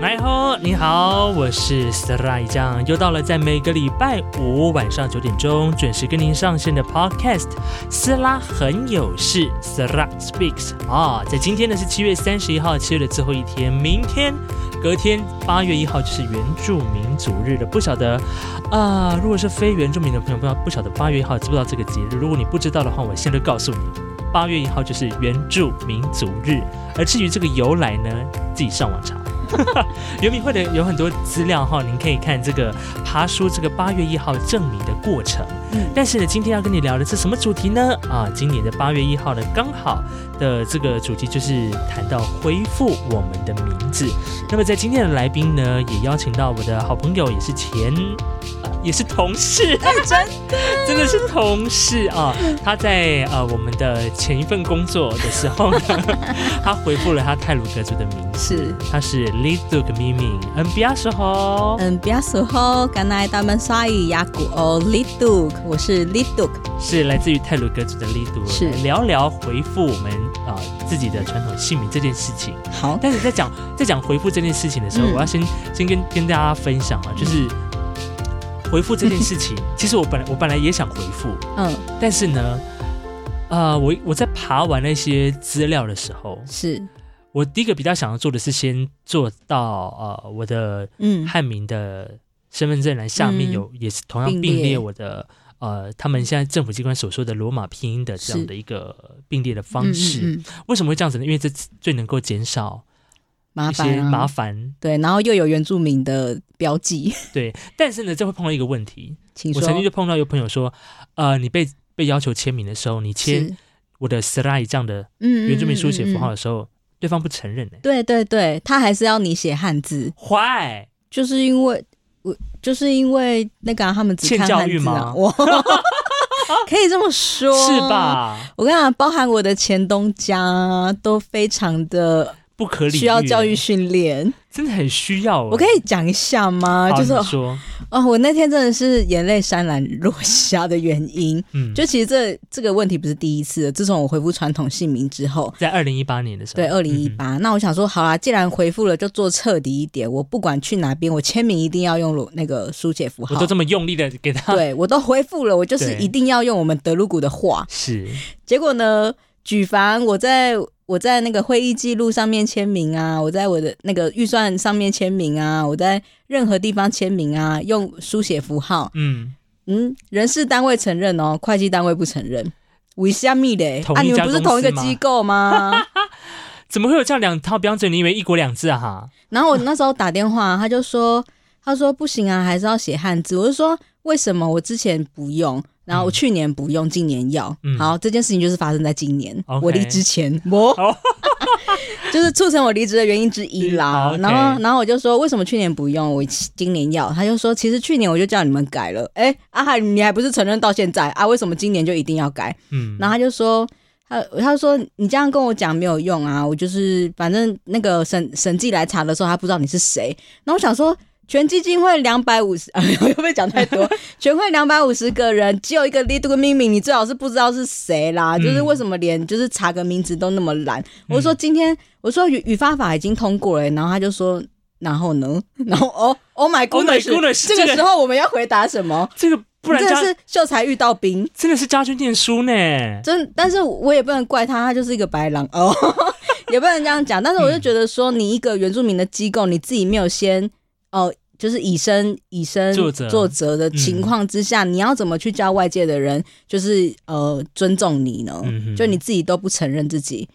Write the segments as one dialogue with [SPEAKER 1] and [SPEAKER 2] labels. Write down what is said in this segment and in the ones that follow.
[SPEAKER 1] 来吼，你好，我是 s t r a 酱，又到了在每个礼拜五晚上九点钟准时跟您上线的 Podcast《斯拉很有事》s t r a Speaks 啊、在今天呢是七月三十一号，七月的最后一天，明天隔天八月一号就是原住民族日了。不晓得啊、如果是非原住民的朋友，不知道不晓得八月一号知不知道这个节日？如果你不知道的话，我现在告诉你，八月一号就是原住民族日。而至于这个由来呢，自己上网查。 原民会的有很多资料哈，您可以看这个爬书这个八月一号证明的过程。
[SPEAKER 2] 嗯
[SPEAKER 1] 但是呢，今天要跟你聊的是什么主题呢？啊，今年的八月一号呢，刚好的这个主题就是谈到恢复我们的名字。那么在今天的来宾呢，也邀请到我的好朋友，也是前。啊也是同事，
[SPEAKER 2] 哎真
[SPEAKER 1] 真的是同事啊！他在呃我们的前一份工作的时候呢， 他回复了他泰鲁格族的名字。
[SPEAKER 2] 是，
[SPEAKER 1] 他是嗯 Lee Duk Mimi N B R 时候，
[SPEAKER 2] 嗯，不要说吼，刚才他们刷语雅古哦，Liduk，我是 Liduk，
[SPEAKER 1] 是来自于泰鲁格族的 Lee Duk，
[SPEAKER 2] 是
[SPEAKER 1] 来聊聊回复我们啊、呃自己的传统姓名这件事情。
[SPEAKER 2] 好，
[SPEAKER 1] 但是在讲 在讲回复这件事情的时候，
[SPEAKER 2] 嗯
[SPEAKER 1] 我要先先跟跟大家分享啊，就是回复这件事 情，其实我本来我本来也想回复，
[SPEAKER 2] 嗯，
[SPEAKER 1] 但是呢，呃，我我在爬完那些资料的时候，
[SPEAKER 2] 是，
[SPEAKER 1] 我第一个比较想要做的是先做到呃我的
[SPEAKER 2] 嗯，
[SPEAKER 1] 汉民的身份证栏下面
[SPEAKER 2] 嗯
[SPEAKER 1] 有、也是同样
[SPEAKER 2] 并
[SPEAKER 1] 并列
[SPEAKER 2] 列
[SPEAKER 1] 我的呃，他们现在政府机关所说的罗马拼音的这样
[SPEAKER 2] 是
[SPEAKER 1] 的一个并列的
[SPEAKER 2] 嗯
[SPEAKER 1] 方式。
[SPEAKER 2] 嗯嗯
[SPEAKER 1] 为什么会这样子呢？因为这最能够减少
[SPEAKER 2] 麻
[SPEAKER 1] 一些
[SPEAKER 2] 烦
[SPEAKER 1] 麻
[SPEAKER 2] 啊，
[SPEAKER 1] 烦。
[SPEAKER 2] 对，然后又有原住民的标记，
[SPEAKER 1] 对，但是呢，这会碰到一个问题。
[SPEAKER 2] 请
[SPEAKER 1] 我
[SPEAKER 2] 说，
[SPEAKER 1] 曾经就碰到有朋友说，呃，你被被要求签名的时候，你签
[SPEAKER 2] 是
[SPEAKER 1] 我的 s r a i 这样的
[SPEAKER 2] 嗯
[SPEAKER 1] 原住民书写符号，
[SPEAKER 2] 嗯嗯嗯嗯
[SPEAKER 1] 的时候，对方不承认呢、
[SPEAKER 2] 对对对，他还是要你写汉字，
[SPEAKER 1] 坏，
[SPEAKER 2] 就是因为我就是因为那个啊、他们只
[SPEAKER 1] 欠
[SPEAKER 2] 看
[SPEAKER 1] 教
[SPEAKER 2] 汉
[SPEAKER 1] 育
[SPEAKER 2] 字啊，
[SPEAKER 1] 吗
[SPEAKER 2] 我 可以这么说，
[SPEAKER 1] 是？吧？
[SPEAKER 2] 我跟你讲，包含我的前东家都非常的
[SPEAKER 1] 不可理喻，
[SPEAKER 2] 需要教育，训练。
[SPEAKER 1] 真的很需要欸、
[SPEAKER 2] 我可以讲一下吗？
[SPEAKER 1] 好
[SPEAKER 2] 就是
[SPEAKER 1] 你说，
[SPEAKER 2] 哦，我那天真的是眼泪潸然落下的原因。
[SPEAKER 1] 嗯，
[SPEAKER 2] 就其实这这个问题不是第一次了，自从我恢复传统姓名之后，
[SPEAKER 1] 在二零一八年的时候，
[SPEAKER 2] 对，二零一
[SPEAKER 1] 嗯
[SPEAKER 2] 八。那我想说，好啦，既然回复了，就做彻底一点。我不管去哪边，我签名一定要用那个书写符
[SPEAKER 1] 哼，我
[SPEAKER 2] 号
[SPEAKER 1] 都。这么用力的给他，
[SPEAKER 2] 对，我都回复了，我就是
[SPEAKER 1] 对
[SPEAKER 2] 一定要用我们德鲁古的话。
[SPEAKER 1] 是
[SPEAKER 2] 结果呢，举凡我在我在那个会议记录上面签名啊，我在我的那个预算上面签名啊，我在任何地方签名啊，用书写符号，
[SPEAKER 1] 嗯，
[SPEAKER 2] 嗯，人事单位承认哦，会计单位不承认。为虾米嘞？
[SPEAKER 1] 同一
[SPEAKER 2] 啊，你
[SPEAKER 1] 家
[SPEAKER 2] 们不是
[SPEAKER 1] 公
[SPEAKER 2] 同
[SPEAKER 1] 司
[SPEAKER 2] 一个
[SPEAKER 1] 吗
[SPEAKER 2] 机构吗？
[SPEAKER 1] 怎么会有这样两套标准？你以为一国两制啊？哈，
[SPEAKER 2] 然后我那时候打电话，他就说，他说不行啊，还是要写汉字。我就说为什么我之前不用，然后我
[SPEAKER 1] 嗯
[SPEAKER 2] 去年不用，今年要。
[SPEAKER 1] 嗯
[SPEAKER 2] 好，这件事情就是发生在今年
[SPEAKER 1] OK
[SPEAKER 2] 我离职前，我、
[SPEAKER 1] 哦
[SPEAKER 2] 就是促成我离职的原因之一啦。
[SPEAKER 1] 嗯，OK
[SPEAKER 2] 然后，然后我就说为什么去年不用，我今年要？他就说其实去年我就叫你们改了，哎、啊哈，你还不是承认到现在啊？为什么今年就一定要改？
[SPEAKER 1] 嗯，
[SPEAKER 2] 然后他就说，他他说你这样跟我讲没有用啊，我就是反正那个审审计来查的时候，他不知道你是谁。然后我想说，全基金会两百五十， 我又被讲太 多，全会两百五十个人，只有一个 Little 命名，你最好是不知道是谁啦。
[SPEAKER 1] 嗯
[SPEAKER 2] 就是为什么连就是查个名字都那么懒？
[SPEAKER 1] 嗯
[SPEAKER 2] 我说今天我说语语法法已经通过了、欸然后他就说。然后呢？ 然后哦，Oh my
[SPEAKER 1] Oh my
[SPEAKER 2] goodness！
[SPEAKER 1] goodness，
[SPEAKER 2] 这
[SPEAKER 1] 这
[SPEAKER 2] 个
[SPEAKER 1] 个
[SPEAKER 2] 时候我们要回答什么？
[SPEAKER 1] 这个不然
[SPEAKER 2] 真的
[SPEAKER 1] 家
[SPEAKER 2] 是秀才遇到兵。
[SPEAKER 1] 真的是家去念书呢，
[SPEAKER 2] 真，但是我也不能怪他，他就是一个白狼哦， 也不能这样讲。但是我就觉得说，你一个原住民的机构，你自己没有先哦、呃就是以身以身
[SPEAKER 1] 作嗯则
[SPEAKER 2] 作则的情况之下，你要怎么去教外界的人，就是呃尊重你呢？
[SPEAKER 1] 嗯哼
[SPEAKER 2] 就你自己都不承认自己。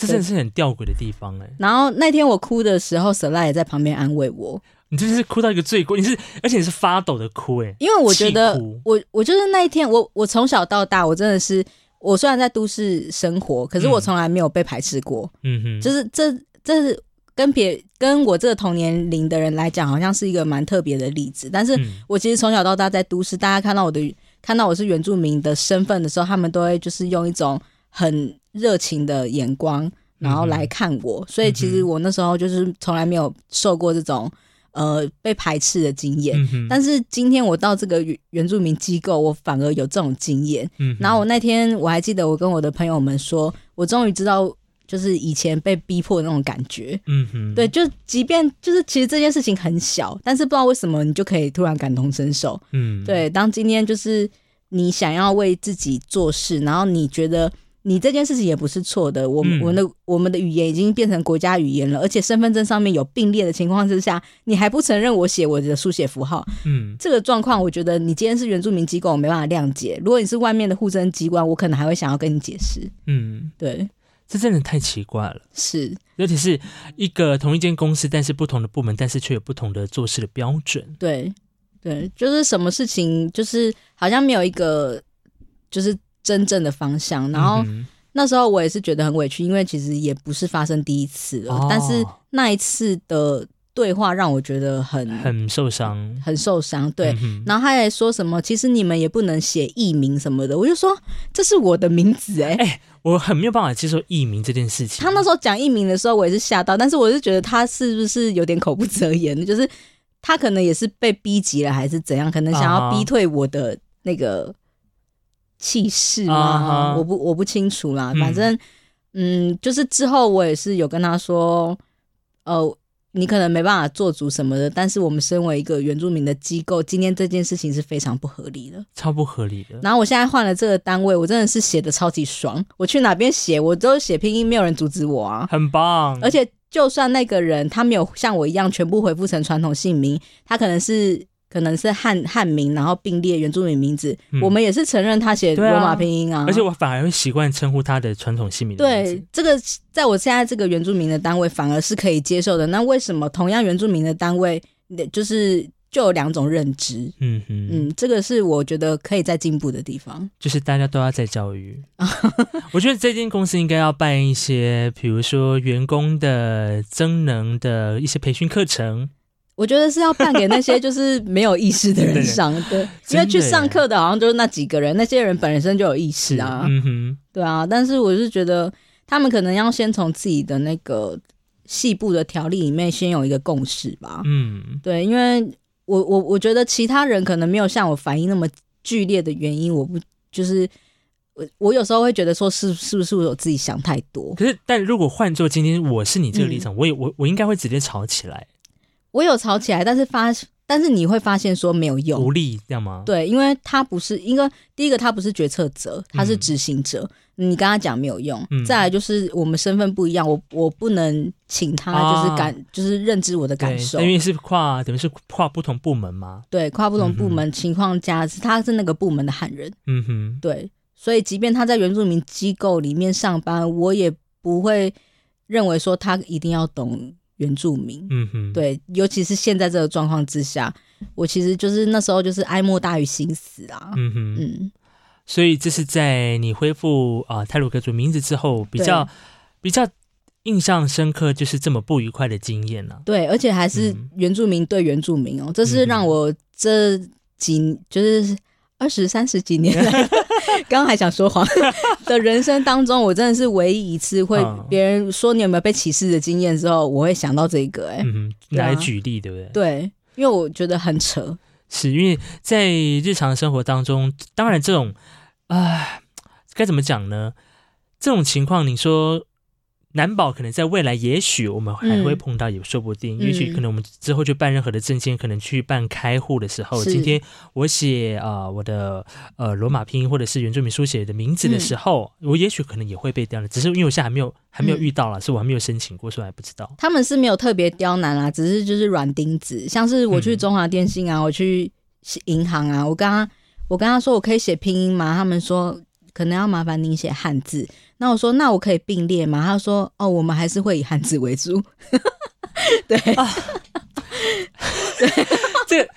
[SPEAKER 1] 这真的是很吊诡的地方哎、
[SPEAKER 2] 然后那天我哭的时候，舍拉也在旁边安慰我，
[SPEAKER 1] 你真的是哭到一个最哭，你是而且你是发抖的哭哎、
[SPEAKER 2] 因为我觉得
[SPEAKER 1] 气哭
[SPEAKER 2] 我我就是那一天，我我从小到大，我真的是。我虽然在都市生活，可是我
[SPEAKER 1] 嗯
[SPEAKER 2] 从来没有被排斥过。
[SPEAKER 1] 嗯哼，
[SPEAKER 2] 就是这这是跟别跟我这个同年龄的人来讲，好像是一个蛮特别的例子。但是
[SPEAKER 1] 嗯
[SPEAKER 2] 我其实从小到大在都市，大家看到我的看到我是原住民的身份的时候，他们都会就是用一种很热情的眼
[SPEAKER 1] 嗯
[SPEAKER 2] 光，然后来看我。所以其实我那时候就是从来没有受过这种呃被排斥的经验。
[SPEAKER 1] 嗯哼，
[SPEAKER 2] 但是今天我到这个原原住民机构，我反而有这种经验，
[SPEAKER 1] 嗯哼
[SPEAKER 2] 然后我那天我还记得，我跟我的朋友们说，我终于知道就是以前被逼迫的那种感觉。
[SPEAKER 1] 嗯哼，
[SPEAKER 2] 对，，就即便就是其实这件事情很小，但是不知道为什么你就可以突然感同身受。
[SPEAKER 1] 嗯，
[SPEAKER 2] 对，当今天就是你想要为自己做事，然后你觉得你这件事情也不是错的，我们、
[SPEAKER 1] 嗯
[SPEAKER 2] 我们的我们的语言已经变成国家语言了，而且身份证上面有并列的情况之下，你还不承认我写我的书写符号，
[SPEAKER 1] 嗯，
[SPEAKER 2] 这个状况，我觉得你今天是原住民机构，我没办法谅解。如果你是外面的户政机关，我可能还会想要跟你解释。
[SPEAKER 1] 嗯，
[SPEAKER 2] 对，
[SPEAKER 1] 这真的太奇怪了。
[SPEAKER 2] 是
[SPEAKER 1] 尤其是一个同一间公司，但是不同的部门，但是却有不同的做事的标准。
[SPEAKER 2] 对，对，就是什么事情，就是好像没有一个就是真正的方向，然后。
[SPEAKER 1] 嗯
[SPEAKER 2] 那时候我也是觉得很委屈，因为其实也不是发生第一次了，
[SPEAKER 1] 哦
[SPEAKER 2] 但是那一次的对话让我觉得很
[SPEAKER 1] 哼很受伤。
[SPEAKER 2] 很受伤。对，
[SPEAKER 1] 嗯哼，
[SPEAKER 2] 然后他也说什么，其实你们也不能写艺名什么的，我就说这是我的名字哎、
[SPEAKER 1] 哎我很没有办法接受艺名这件事情。
[SPEAKER 2] 他那时候讲艺名的时候，我也是吓到，但是我是觉得他是不是有点口不择言， 就是他可能也是被逼急了，还是怎样，可能想
[SPEAKER 1] 啊哈
[SPEAKER 2] 要逼退我的那个气势
[SPEAKER 1] 啊哈
[SPEAKER 2] 吗？我不我不清楚啦，
[SPEAKER 1] 嗯
[SPEAKER 2] 反正嗯，就是之后我也是有跟他说，呃。你可能没办法做主什么的，但是我们身为一个原住民的机构，今天这件事情是非常不合理的。
[SPEAKER 1] 超不合理的。
[SPEAKER 2] 然后我现在换了这个单位，我真的是写的超级爽。我去哪边写，我都写拼音，没有人阻止我啊。
[SPEAKER 1] 很棒，
[SPEAKER 2] 而且就算那个人他没有像我一样全部回复成传统姓名，他可能是可能是汉汉名，然后并列原住民名字，
[SPEAKER 1] 嗯
[SPEAKER 2] 我们也是承认他写
[SPEAKER 1] 对
[SPEAKER 2] 罗
[SPEAKER 1] 啊
[SPEAKER 2] 马拼音啊。
[SPEAKER 1] 而且我反而会习惯称呼他的传统姓名的名
[SPEAKER 2] 对
[SPEAKER 1] 字。
[SPEAKER 2] 这个，在我现在这个原住民的单位反而是可以接受的。那为什么同样原住民的单位，就是就有两种认知？
[SPEAKER 1] 嗯哼，
[SPEAKER 2] 嗯，这个是我觉得可以再进步的地方。
[SPEAKER 1] 就是大家都要在教 育。我觉得这间公司应该要办一些，比如说员工的增能的一些培训课程。
[SPEAKER 2] 我觉得是要办给那些就是没有意识的
[SPEAKER 1] 对
[SPEAKER 2] 人上，对，因为去上课的好像就是那几个人，那些人本身就有意识啊。
[SPEAKER 1] 嗯哼，
[SPEAKER 2] 对啊，但是我是觉得他们可能要先从自己的那个细部的条例里面先有一个共识吧。
[SPEAKER 1] 嗯
[SPEAKER 2] 对，因为我我我觉得其他人可能没有像我反应那么剧烈的原因，我不就是我我有时候会觉得说是是不是我自己想太多？
[SPEAKER 1] 可是，但如果换做今天我是你
[SPEAKER 2] 嗯
[SPEAKER 1] 这个立场，我也我我应该会直接吵起来，
[SPEAKER 2] 我有吵起来，但是发但是你会发现说没有用，
[SPEAKER 1] 无力，这样吗？
[SPEAKER 2] 对，因为他不是，因为第一个他不是决策者，他是
[SPEAKER 1] 嗯
[SPEAKER 2] 执行者。你跟他讲没有用。
[SPEAKER 1] 嗯
[SPEAKER 2] 再来就是我们身份不一样，我我不能请他就是感、就是认知我的
[SPEAKER 1] 啊对
[SPEAKER 2] 感受
[SPEAKER 1] 但。因为是跨，等于是跨不同部门嘛。
[SPEAKER 2] 对，跨不同部门情况下，是他是那个部门的汉人。
[SPEAKER 1] 嗯哼，
[SPEAKER 2] 对，所以即便他在原住民机构里面上班，我也不会认为说他一定要懂原住民。
[SPEAKER 1] 嗯哼，，
[SPEAKER 2] 对，尤其是现在这个状况之下，我其实就是那时候就是哀莫大于心死啊。
[SPEAKER 1] 嗯哼，
[SPEAKER 2] 嗯
[SPEAKER 1] 所以这是在你恢复啊、泰鲁格族名字之后，比较比较印象深刻，就是这么不愉快的经验啊呢、
[SPEAKER 2] 对，而且还是
[SPEAKER 1] 嗯
[SPEAKER 2] 原住民对原住民哦，这是
[SPEAKER 1] 嗯
[SPEAKER 2] 让
[SPEAKER 1] 哼
[SPEAKER 2] 我这几就是二十三十几年来， 刚刚还想说谎的人生当中，我真的是唯一一次会
[SPEAKER 1] 嗯
[SPEAKER 2] 别人说你有没有被歧视的经验之后，我会想到这个、哎、
[SPEAKER 1] 嗯哼，
[SPEAKER 2] 对啊
[SPEAKER 1] 来举例，对不对？
[SPEAKER 2] 对，因为我觉得很扯，
[SPEAKER 1] 是因为在日常生活当中，当然这种，唉，该怎么讲呢？这种情况，你说难保可能在未来，也许我们还
[SPEAKER 2] 嗯
[SPEAKER 1] 会碰到，也说不定。
[SPEAKER 2] 嗯
[SPEAKER 1] 也许可能我们之后去办任何的证件，可能去办开户的时候，
[SPEAKER 2] 是
[SPEAKER 1] 今天我写啊、呃我的呃罗马拼音或者是原住民书写的名字的时
[SPEAKER 2] 嗯
[SPEAKER 1] 候，我也许可能也会被调的，只是因为我现在还没有还没有
[SPEAKER 2] 嗯
[SPEAKER 1] 遇到了，是我还没有申请过，所以我还不知道。
[SPEAKER 2] 他们是没有特别刁难啦，只是就是软钉子，像是我去
[SPEAKER 1] 嗯
[SPEAKER 2] 中华电信啊，我去银行啊，我跟他我跟他说我可以写拼音吗？他们说可能要麻烦您写汉字。那我说那我可以并列吗？他说哦，我们还是会以汉字为主。 对
[SPEAKER 1] 这个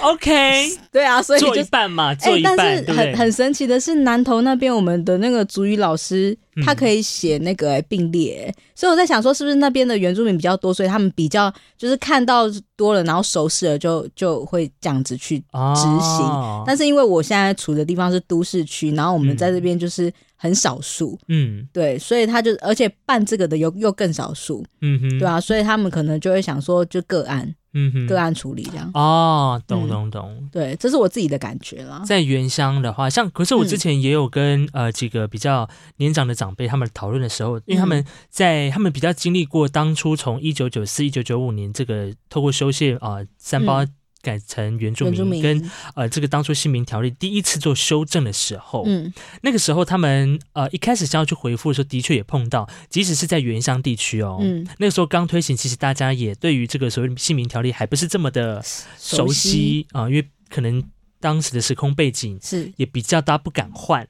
[SPEAKER 1] OK，
[SPEAKER 2] 对啊，所以就
[SPEAKER 1] 做一半嘛，
[SPEAKER 2] 哎、
[SPEAKER 1] 做一半，
[SPEAKER 2] 但是
[SPEAKER 1] 对不对
[SPEAKER 2] 很很神奇的是，南投那边我们的那个主语老师，
[SPEAKER 1] 嗯
[SPEAKER 2] 他可以写那个、哎并列、哎所以我在想说，是不是那边的原住民比较多，所以他们比较就是看到多了，然后熟识了就就会这样子去。
[SPEAKER 1] 哦
[SPEAKER 2] 执行但是因为我现在处的地方是都市区，然后我们在这边就是很少数，
[SPEAKER 1] 嗯
[SPEAKER 2] 对，所以他就而且办这个的又又更少数，
[SPEAKER 1] 嗯哼，
[SPEAKER 2] 啊对啊，所以他们可能就会想说就个案，
[SPEAKER 1] 嗯哼，
[SPEAKER 2] 个案处理这样。
[SPEAKER 1] 哦，懂
[SPEAKER 2] 嗯
[SPEAKER 1] 懂懂。
[SPEAKER 2] 对，这是我自己的感觉啦。
[SPEAKER 1] 在原乡的话，像可是我之前也有跟、呃几个比较年长的长辈他们讨论的时候，因为他
[SPEAKER 2] 嗯
[SPEAKER 1] 们在、他们比较经历过当初从一九九四一九九五年这个透过修宪啊、呃三包改成原住
[SPEAKER 2] 嗯原
[SPEAKER 1] 民，
[SPEAKER 2] 住民
[SPEAKER 1] 跟呃这个当初姓名条例第一次做修正的时候，
[SPEAKER 2] 嗯
[SPEAKER 1] 那个时候他们呃一开始想要去回复的时候，的确也碰到，即使是在原乡地区哦。
[SPEAKER 2] 嗯，
[SPEAKER 1] 那个时候刚推行，其实大家也对于这个所谓姓名条例还不是这么的熟悉啊、因为可能当时的时空背景
[SPEAKER 2] 是，
[SPEAKER 1] 也比较大家不敢换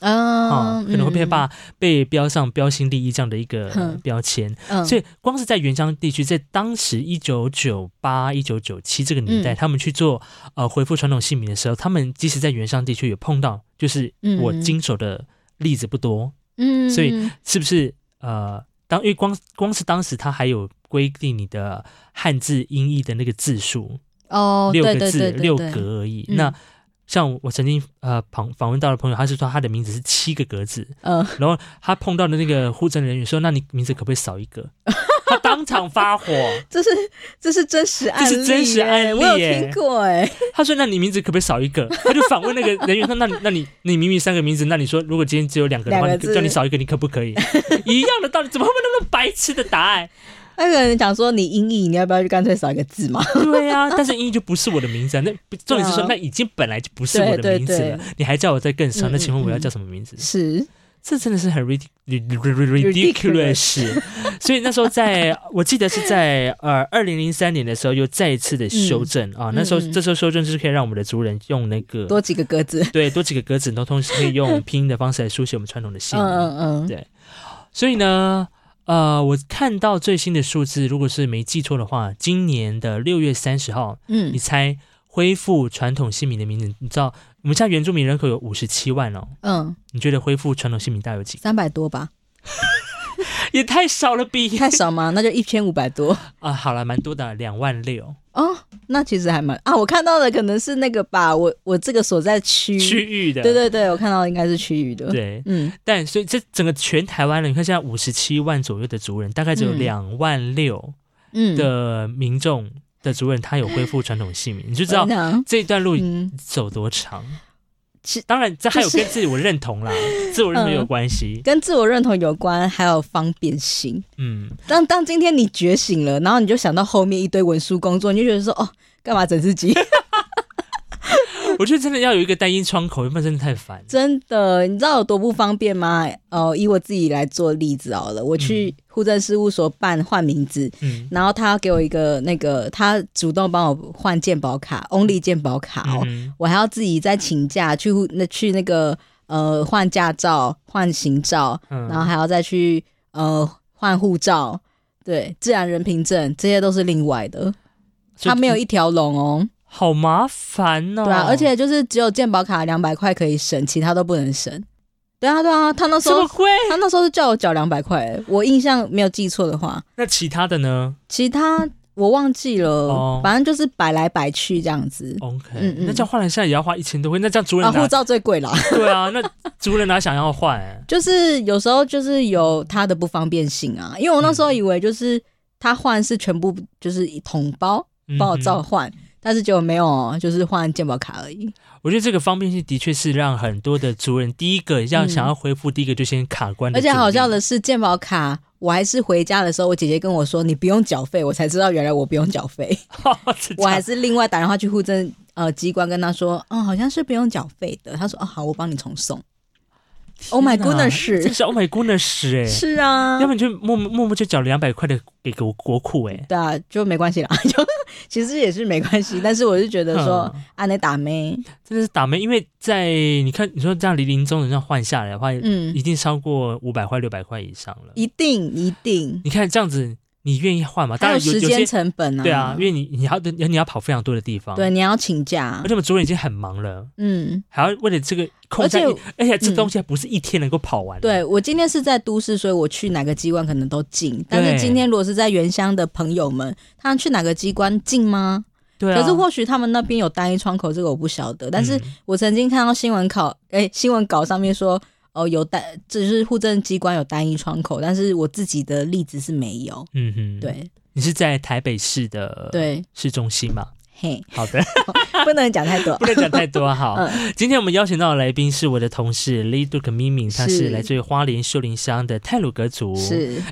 [SPEAKER 1] 啊、
[SPEAKER 2] 嗯，
[SPEAKER 1] 可能会被
[SPEAKER 2] 嗯，
[SPEAKER 1] 把被标上标新立异这样的一个呃
[SPEAKER 2] 哼
[SPEAKER 1] 标签。
[SPEAKER 2] 嗯
[SPEAKER 1] 所以光是在原乡地区，在当时一九九八、一九九七这个年代，
[SPEAKER 2] 嗯
[SPEAKER 1] 他们去做呃回复传统姓名的时候，他们即使在原乡地区有碰到，就是
[SPEAKER 2] 嗯
[SPEAKER 1] 我经手的例子不多，
[SPEAKER 2] 嗯，
[SPEAKER 1] 所以
[SPEAKER 2] 嗯
[SPEAKER 1] 是不是？呃，当因为光光是当时他还有规定你的汉字音译的那个字数，
[SPEAKER 2] 哦，
[SPEAKER 1] 六
[SPEAKER 2] 对
[SPEAKER 1] 个
[SPEAKER 2] 对
[SPEAKER 1] 字、
[SPEAKER 2] 对对
[SPEAKER 1] 六
[SPEAKER 2] 对
[SPEAKER 1] 格而已。
[SPEAKER 2] 嗯
[SPEAKER 1] 那像我曾经呃访访问到的朋友，他是说他的名字是七个格子，
[SPEAKER 2] 呃，
[SPEAKER 1] 然后他碰到的那个护证人员说：“那你名字可不可以少一个？” 他当场发火，
[SPEAKER 2] 这是这是真实案
[SPEAKER 1] 这
[SPEAKER 2] 例耶，
[SPEAKER 1] 是真实案
[SPEAKER 2] 我有
[SPEAKER 1] 例耶
[SPEAKER 2] 听过哎，
[SPEAKER 1] 他说：“那你名字可不可以少一个？”他就反问那个人员说：“那你那你你明明三个名字，那你说如果今天只有两个的话，
[SPEAKER 2] 两个
[SPEAKER 1] 你
[SPEAKER 2] 字
[SPEAKER 1] 叫你少一个，你可不可以？”一样的道理，怎么会有那么白痴的答案？
[SPEAKER 2] 那个人讲说你音译，你要不要就干脆少一个字嘛？
[SPEAKER 1] 对啊， 但是英译就不是我的名字啊。那不重点是说，
[SPEAKER 2] 对啊
[SPEAKER 1] 那已经本来就不是我的
[SPEAKER 2] 对对
[SPEAKER 1] 名字了，你还叫我再更长，
[SPEAKER 2] 嗯
[SPEAKER 1] 那请问
[SPEAKER 2] 嗯
[SPEAKER 1] 我要
[SPEAKER 2] 嗯
[SPEAKER 1] 叫什么名字？
[SPEAKER 2] 是，
[SPEAKER 1] 这真的是很 ridic- ridiculous，所以那时候在，我记得是在呃二零零三年的时候，又再一次的修正、啊。那时候、
[SPEAKER 2] 嗯嗯
[SPEAKER 1] 这时候修正就是可以让我们的族人用那个
[SPEAKER 2] 多几个格 子。
[SPEAKER 1] 对多几个格子，然后同时可以用拼音的方式来书写我们传统的姓
[SPEAKER 2] 嗯
[SPEAKER 1] 名。
[SPEAKER 2] 嗯
[SPEAKER 1] 对
[SPEAKER 2] 嗯，
[SPEAKER 1] 所以呢，呃，我看到最新的数字，如果是没记错的话，今年的六月三十号，你
[SPEAKER 2] 嗯
[SPEAKER 1] 猜恢复传统姓名的名字？你知道我们现在原住民人口有五十七万哦，
[SPEAKER 2] 嗯，
[SPEAKER 1] 你觉得恢复传统姓名大概有几个？
[SPEAKER 2] 三百多 吧，
[SPEAKER 1] 也太少了比，
[SPEAKER 2] 太少吗？那就一千五百多
[SPEAKER 1] 啊，好了，蛮多的，两万六
[SPEAKER 2] 哦。那其实还蛮啊，我看到的可能是那个吧，我我这个所在区，
[SPEAKER 1] 区域的，
[SPEAKER 2] 对对对，我看到的应该是区域的。，
[SPEAKER 1] 对
[SPEAKER 2] 嗯
[SPEAKER 1] 但所以这整个全台湾人，你看现在五十七万左右的族人，大概只有
[SPEAKER 2] 嗯
[SPEAKER 1] 两万六
[SPEAKER 2] 嗯，
[SPEAKER 1] 的民众的族人，他有恢复传统姓名，你就
[SPEAKER 2] 不
[SPEAKER 1] 知道
[SPEAKER 2] 嗯
[SPEAKER 1] 这一段路
[SPEAKER 2] 嗯
[SPEAKER 1] 走多长。
[SPEAKER 2] 其
[SPEAKER 1] 当然，这还有
[SPEAKER 2] 就是嗯
[SPEAKER 1] 跟自我认同 啦，自我认同有关系。
[SPEAKER 2] 跟自我认同有关，还有方便性。
[SPEAKER 1] 嗯，
[SPEAKER 2] 当当今天你觉醒了，然后你就想到后面一堆文书工作，你就觉得说哦，干嘛整自己？
[SPEAKER 1] 我觉得真的要有一个单一窗口，要不然真的太烦。
[SPEAKER 2] 真的，你知道有多不方便吗？哦，以我自己来做例子好了，我去户政事务所办换名字，
[SPEAKER 1] 嗯，
[SPEAKER 2] 然后他要给我一个那个，他主动帮我换健保卡，only 健保卡哦，
[SPEAKER 1] 嗯
[SPEAKER 2] 我还要自己再请假去户那去那个呃换驾照、换行照，
[SPEAKER 1] 嗯
[SPEAKER 2] 然后还要再去呃换护照，对，自然人凭证这些都是另外的，
[SPEAKER 1] 所以
[SPEAKER 2] 它没有一条龙哦，
[SPEAKER 1] 好麻烦哦。
[SPEAKER 2] 对啊，而且就是只有健保卡两百块可以省，其他都不能省。对啊，对啊，他那时
[SPEAKER 1] 这
[SPEAKER 2] 候
[SPEAKER 1] 么贵，
[SPEAKER 2] 他那时候是叫我缴两百块，欸我印象没有记错的话，
[SPEAKER 1] 那其他的呢
[SPEAKER 2] 其他我忘记了，
[SPEAKER 1] 哦
[SPEAKER 2] 反正就是摆来摆去这样子。
[SPEAKER 1] ？OK，
[SPEAKER 2] 嗯嗯
[SPEAKER 1] 那这样换了下来也要花一千多块，那这样族人
[SPEAKER 2] 啊，
[SPEAKER 1] 哪
[SPEAKER 2] 护照最 贵啦，
[SPEAKER 1] 对啊，那族人哪想要哎换、
[SPEAKER 2] 就是有时候就是有它的不方便性啊，因为我那
[SPEAKER 1] 嗯
[SPEAKER 2] 时候以为就是他换是全部就是一统包
[SPEAKER 1] 嗯
[SPEAKER 2] 帮我
[SPEAKER 1] 哼
[SPEAKER 2] 照换，但是结果没有哦，就是换健保卡而已。
[SPEAKER 1] 我觉得这个方便性的确是让很多的族人，第一个要
[SPEAKER 2] 嗯
[SPEAKER 1] 想要恢复，第一个就先卡关。
[SPEAKER 2] 而且好笑，的是，健保卡我还是回家的时候，我姐姐跟我说你不用缴费，我才知道原来我不用 缴费。 我
[SPEAKER 1] 我
[SPEAKER 2] 还
[SPEAKER 1] 还
[SPEAKER 2] 是另外打电话去户政呃机关跟他说，嗯，好像是不用缴费的。他说，哦，好，我帮你重送。Oh my goodness
[SPEAKER 1] 这是 Oh my goodness 哎、
[SPEAKER 2] 是啊
[SPEAKER 1] 要不然就默默默默就缴两百块的给国国库哎、
[SPEAKER 2] 对啊，就没关系啦， 就其实也是没关系，但是我是觉得说
[SPEAKER 1] 嗯，
[SPEAKER 2] 啊，你打咩？
[SPEAKER 1] 真的是打没，因为在你看你说这样零零总总这样换下来的话，
[SPEAKER 2] 嗯
[SPEAKER 1] 一，定超过五百块六百块以上了。
[SPEAKER 2] 一定一定，
[SPEAKER 1] 你看这样子，你愿意换吗？当
[SPEAKER 2] 还有
[SPEAKER 1] 然有
[SPEAKER 2] 时
[SPEAKER 1] 有
[SPEAKER 2] 间
[SPEAKER 1] 些
[SPEAKER 2] 成本啊。
[SPEAKER 1] 对啊，因为你你要你要跑非常多的地方，
[SPEAKER 2] 对，你要请假
[SPEAKER 1] 而，且我们主任已经很忙了。
[SPEAKER 2] 嗯。
[SPEAKER 1] 还要为了这个空下一，
[SPEAKER 2] 而
[SPEAKER 1] 而
[SPEAKER 2] 且
[SPEAKER 1] 且这东西还不是一天能够跑完的。
[SPEAKER 2] 对我今天是在都市，所以我去哪个机关可能都近。但
[SPEAKER 1] 对
[SPEAKER 2] 是今天如果是在原乡的朋友们，他们去哪个机关近吗？
[SPEAKER 1] 对啊，
[SPEAKER 2] 可是或许他们那边有单一窗口，这个我不晓得。但是
[SPEAKER 1] 嗯
[SPEAKER 2] 我曾经看到新闻考，哎、新闻稿上面说，哦，有单，只是户政机关有单一窗口，但是我自己的例子是没有。
[SPEAKER 1] 嗯哼，
[SPEAKER 2] 对，
[SPEAKER 1] 你是在台北市的
[SPEAKER 2] 对，
[SPEAKER 1] 市中心嘛？
[SPEAKER 2] 嘿，
[SPEAKER 1] 好的，
[SPEAKER 2] 不能讲太多
[SPEAKER 1] 不。能讲太多。好，
[SPEAKER 2] 嗯
[SPEAKER 1] 今天我们邀请到的来宾是我的同事 Lee Duke Mimi，他是
[SPEAKER 2] 是
[SPEAKER 1] 来自于花莲秀林乡的泰鲁格族。，
[SPEAKER 2] 是，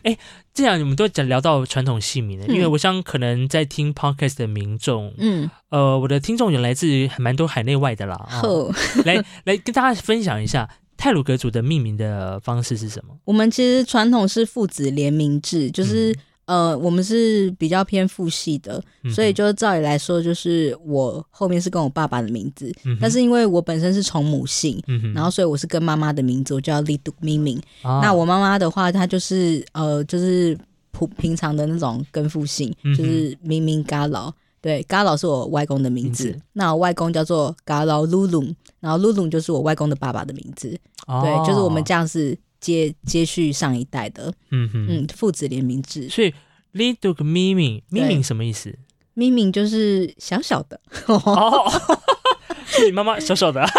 [SPEAKER 1] 这样你们都讲聊到传统戏名了，因为
[SPEAKER 2] 嗯
[SPEAKER 1] 我想可能在听 podcast 的民众，
[SPEAKER 2] 嗯，
[SPEAKER 1] 呃，我的听众也来自于还蛮多海内外的啦。哦、
[SPEAKER 2] 后
[SPEAKER 1] 来来跟大家分享一下泰鲁格族的命名的方式是什么？
[SPEAKER 2] 我们其实传统是父子联名制，就是
[SPEAKER 1] 嗯
[SPEAKER 2] 呃，我们是比较偏父系的，
[SPEAKER 1] 嗯哼
[SPEAKER 2] 所以就照理来说，就是我后面是跟我爸爸的名字，
[SPEAKER 1] 嗯哼
[SPEAKER 2] 但是因为我本身是从母姓。
[SPEAKER 1] 嗯哼
[SPEAKER 2] 然后，所以我是跟妈妈的名字，我叫丽杜咪咪。
[SPEAKER 1] 啊
[SPEAKER 2] 那我妈妈的话，她就是呃，就是普平常的那种跟父姓，
[SPEAKER 1] 嗯哼
[SPEAKER 2] 就是明明嘎老。对，嘎老是我外公的名字，
[SPEAKER 1] 名字
[SPEAKER 2] 那我外公叫做嘎老鲁鲁，然后鲁鲁就是我外公的爸爸的名字。
[SPEAKER 1] 哦
[SPEAKER 2] 对，就是我们这样是接接续上一代的，
[SPEAKER 1] 嗯哼
[SPEAKER 2] 嗯，父子联名制。
[SPEAKER 1] 所以 Liduk Mimi
[SPEAKER 2] 对
[SPEAKER 1] Mimi 什么意思？
[SPEAKER 2] 明明就是小小的，
[SPEAKER 1] 哦， 是你妈妈小 小的啊，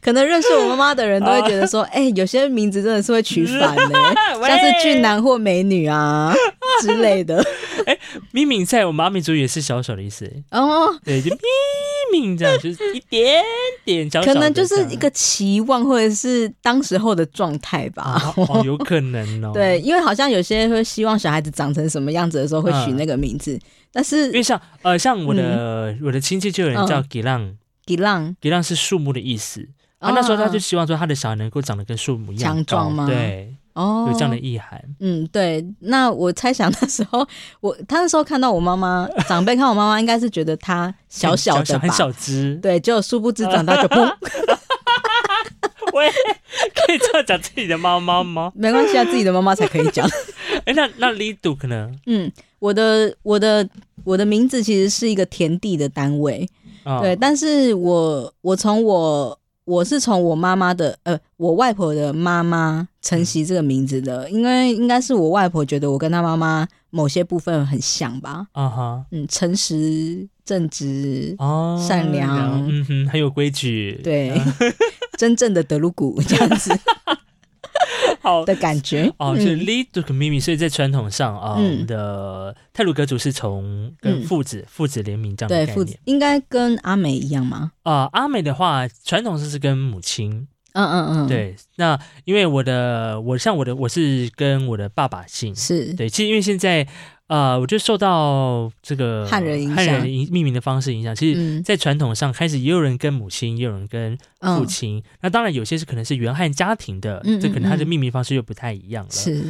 [SPEAKER 2] 可能认识我妈妈的人都会觉得
[SPEAKER 1] 啊
[SPEAKER 2] 说，哎、有些名字真的是会取反的、
[SPEAKER 1] 喂
[SPEAKER 2] 像是俊男或美女啊之类 的。
[SPEAKER 1] Mimi 在我们阿美族也是小小的意思，
[SPEAKER 2] 哦，
[SPEAKER 1] 对，就 Mimi 这样，就是一点点小小的
[SPEAKER 2] 可
[SPEAKER 1] 这样，
[SPEAKER 2] 能就是一个期望或者是当时候的状态吧。
[SPEAKER 1] 啊，哦，有可能哦，，
[SPEAKER 2] 对，因为好像有些会希望小孩子长成什么样子的时候会取
[SPEAKER 1] 嗯
[SPEAKER 2] 那个名字，但
[SPEAKER 1] 因
[SPEAKER 2] 是
[SPEAKER 1] 为像呃，像我的、我的亲戚就有人叫
[SPEAKER 2] 嗯
[SPEAKER 1] g i l a n
[SPEAKER 2] 吉浪
[SPEAKER 1] g i l a n 是树木的意思。啊，那时候他就
[SPEAKER 2] 哦
[SPEAKER 1] 希望说他的小孩能够长得跟树木一样
[SPEAKER 2] 强壮
[SPEAKER 1] 高
[SPEAKER 2] 吗
[SPEAKER 1] 对，
[SPEAKER 2] 哦
[SPEAKER 1] 有这样的意涵。
[SPEAKER 2] 嗯，对。那我猜想那时候， 我他那时候看到我妈妈，长辈看我妈妈，应该是觉得她小
[SPEAKER 1] 很
[SPEAKER 2] 小的
[SPEAKER 1] 小
[SPEAKER 2] 吧？
[SPEAKER 1] 很小 只，
[SPEAKER 2] 对，结果殊不知长大 就砰，
[SPEAKER 1] 喂，可以这样讲自己的猫猫吗？
[SPEAKER 2] 没关系啊，自己的妈妈才可以讲。
[SPEAKER 1] 哎，那那 Lidu 可能
[SPEAKER 2] 嗯，我的我的我的名字其实是一个田地的单位，
[SPEAKER 1] 啊，
[SPEAKER 2] 对。但是我我从我我是从我妈妈的呃，我外婆的妈妈承袭这个名字的，因为应该是我外婆觉得我跟她妈妈某些部分很像吧，
[SPEAKER 1] 啊哈，
[SPEAKER 2] 嗯，诚实正直，
[SPEAKER 1] 哦，
[SPEAKER 2] 善良
[SPEAKER 1] 嗯哼，很有规矩，，
[SPEAKER 2] 对， 真正的德 鲁古这样子
[SPEAKER 1] 好。
[SPEAKER 2] 的感觉。
[SPEAKER 1] 哦，
[SPEAKER 2] 嗯
[SPEAKER 1] 是 Lidu 跟 Mimi，所以在传统上啊，我
[SPEAKER 2] 嗯
[SPEAKER 1] 们的泰鲁格族是从跟
[SPEAKER 2] 嗯
[SPEAKER 1] 父子父子联名这样的
[SPEAKER 2] 对
[SPEAKER 1] 概
[SPEAKER 2] 父
[SPEAKER 1] 念
[SPEAKER 2] 子。应该跟阿美一样吗？
[SPEAKER 1] 啊，阿美的话，传统上是跟母亲，
[SPEAKER 2] 嗯嗯嗯，，
[SPEAKER 1] 对。那因为我的，我像我的，我是跟我的爸爸姓，
[SPEAKER 2] 是
[SPEAKER 1] 对。其实因为现在，呃，我就受到这个
[SPEAKER 2] 汉人影响
[SPEAKER 1] 汉人影命名的方式影响，其实。
[SPEAKER 2] 嗯
[SPEAKER 1] 在传统上，开始也有人跟母亲，也有人跟父
[SPEAKER 2] 嗯
[SPEAKER 1] 亲。那当然，有些是可能是原汉家庭的，
[SPEAKER 2] 嗯
[SPEAKER 1] 这可能它的
[SPEAKER 2] 嗯嗯
[SPEAKER 1] 命名方式又不太一样了。，
[SPEAKER 2] 是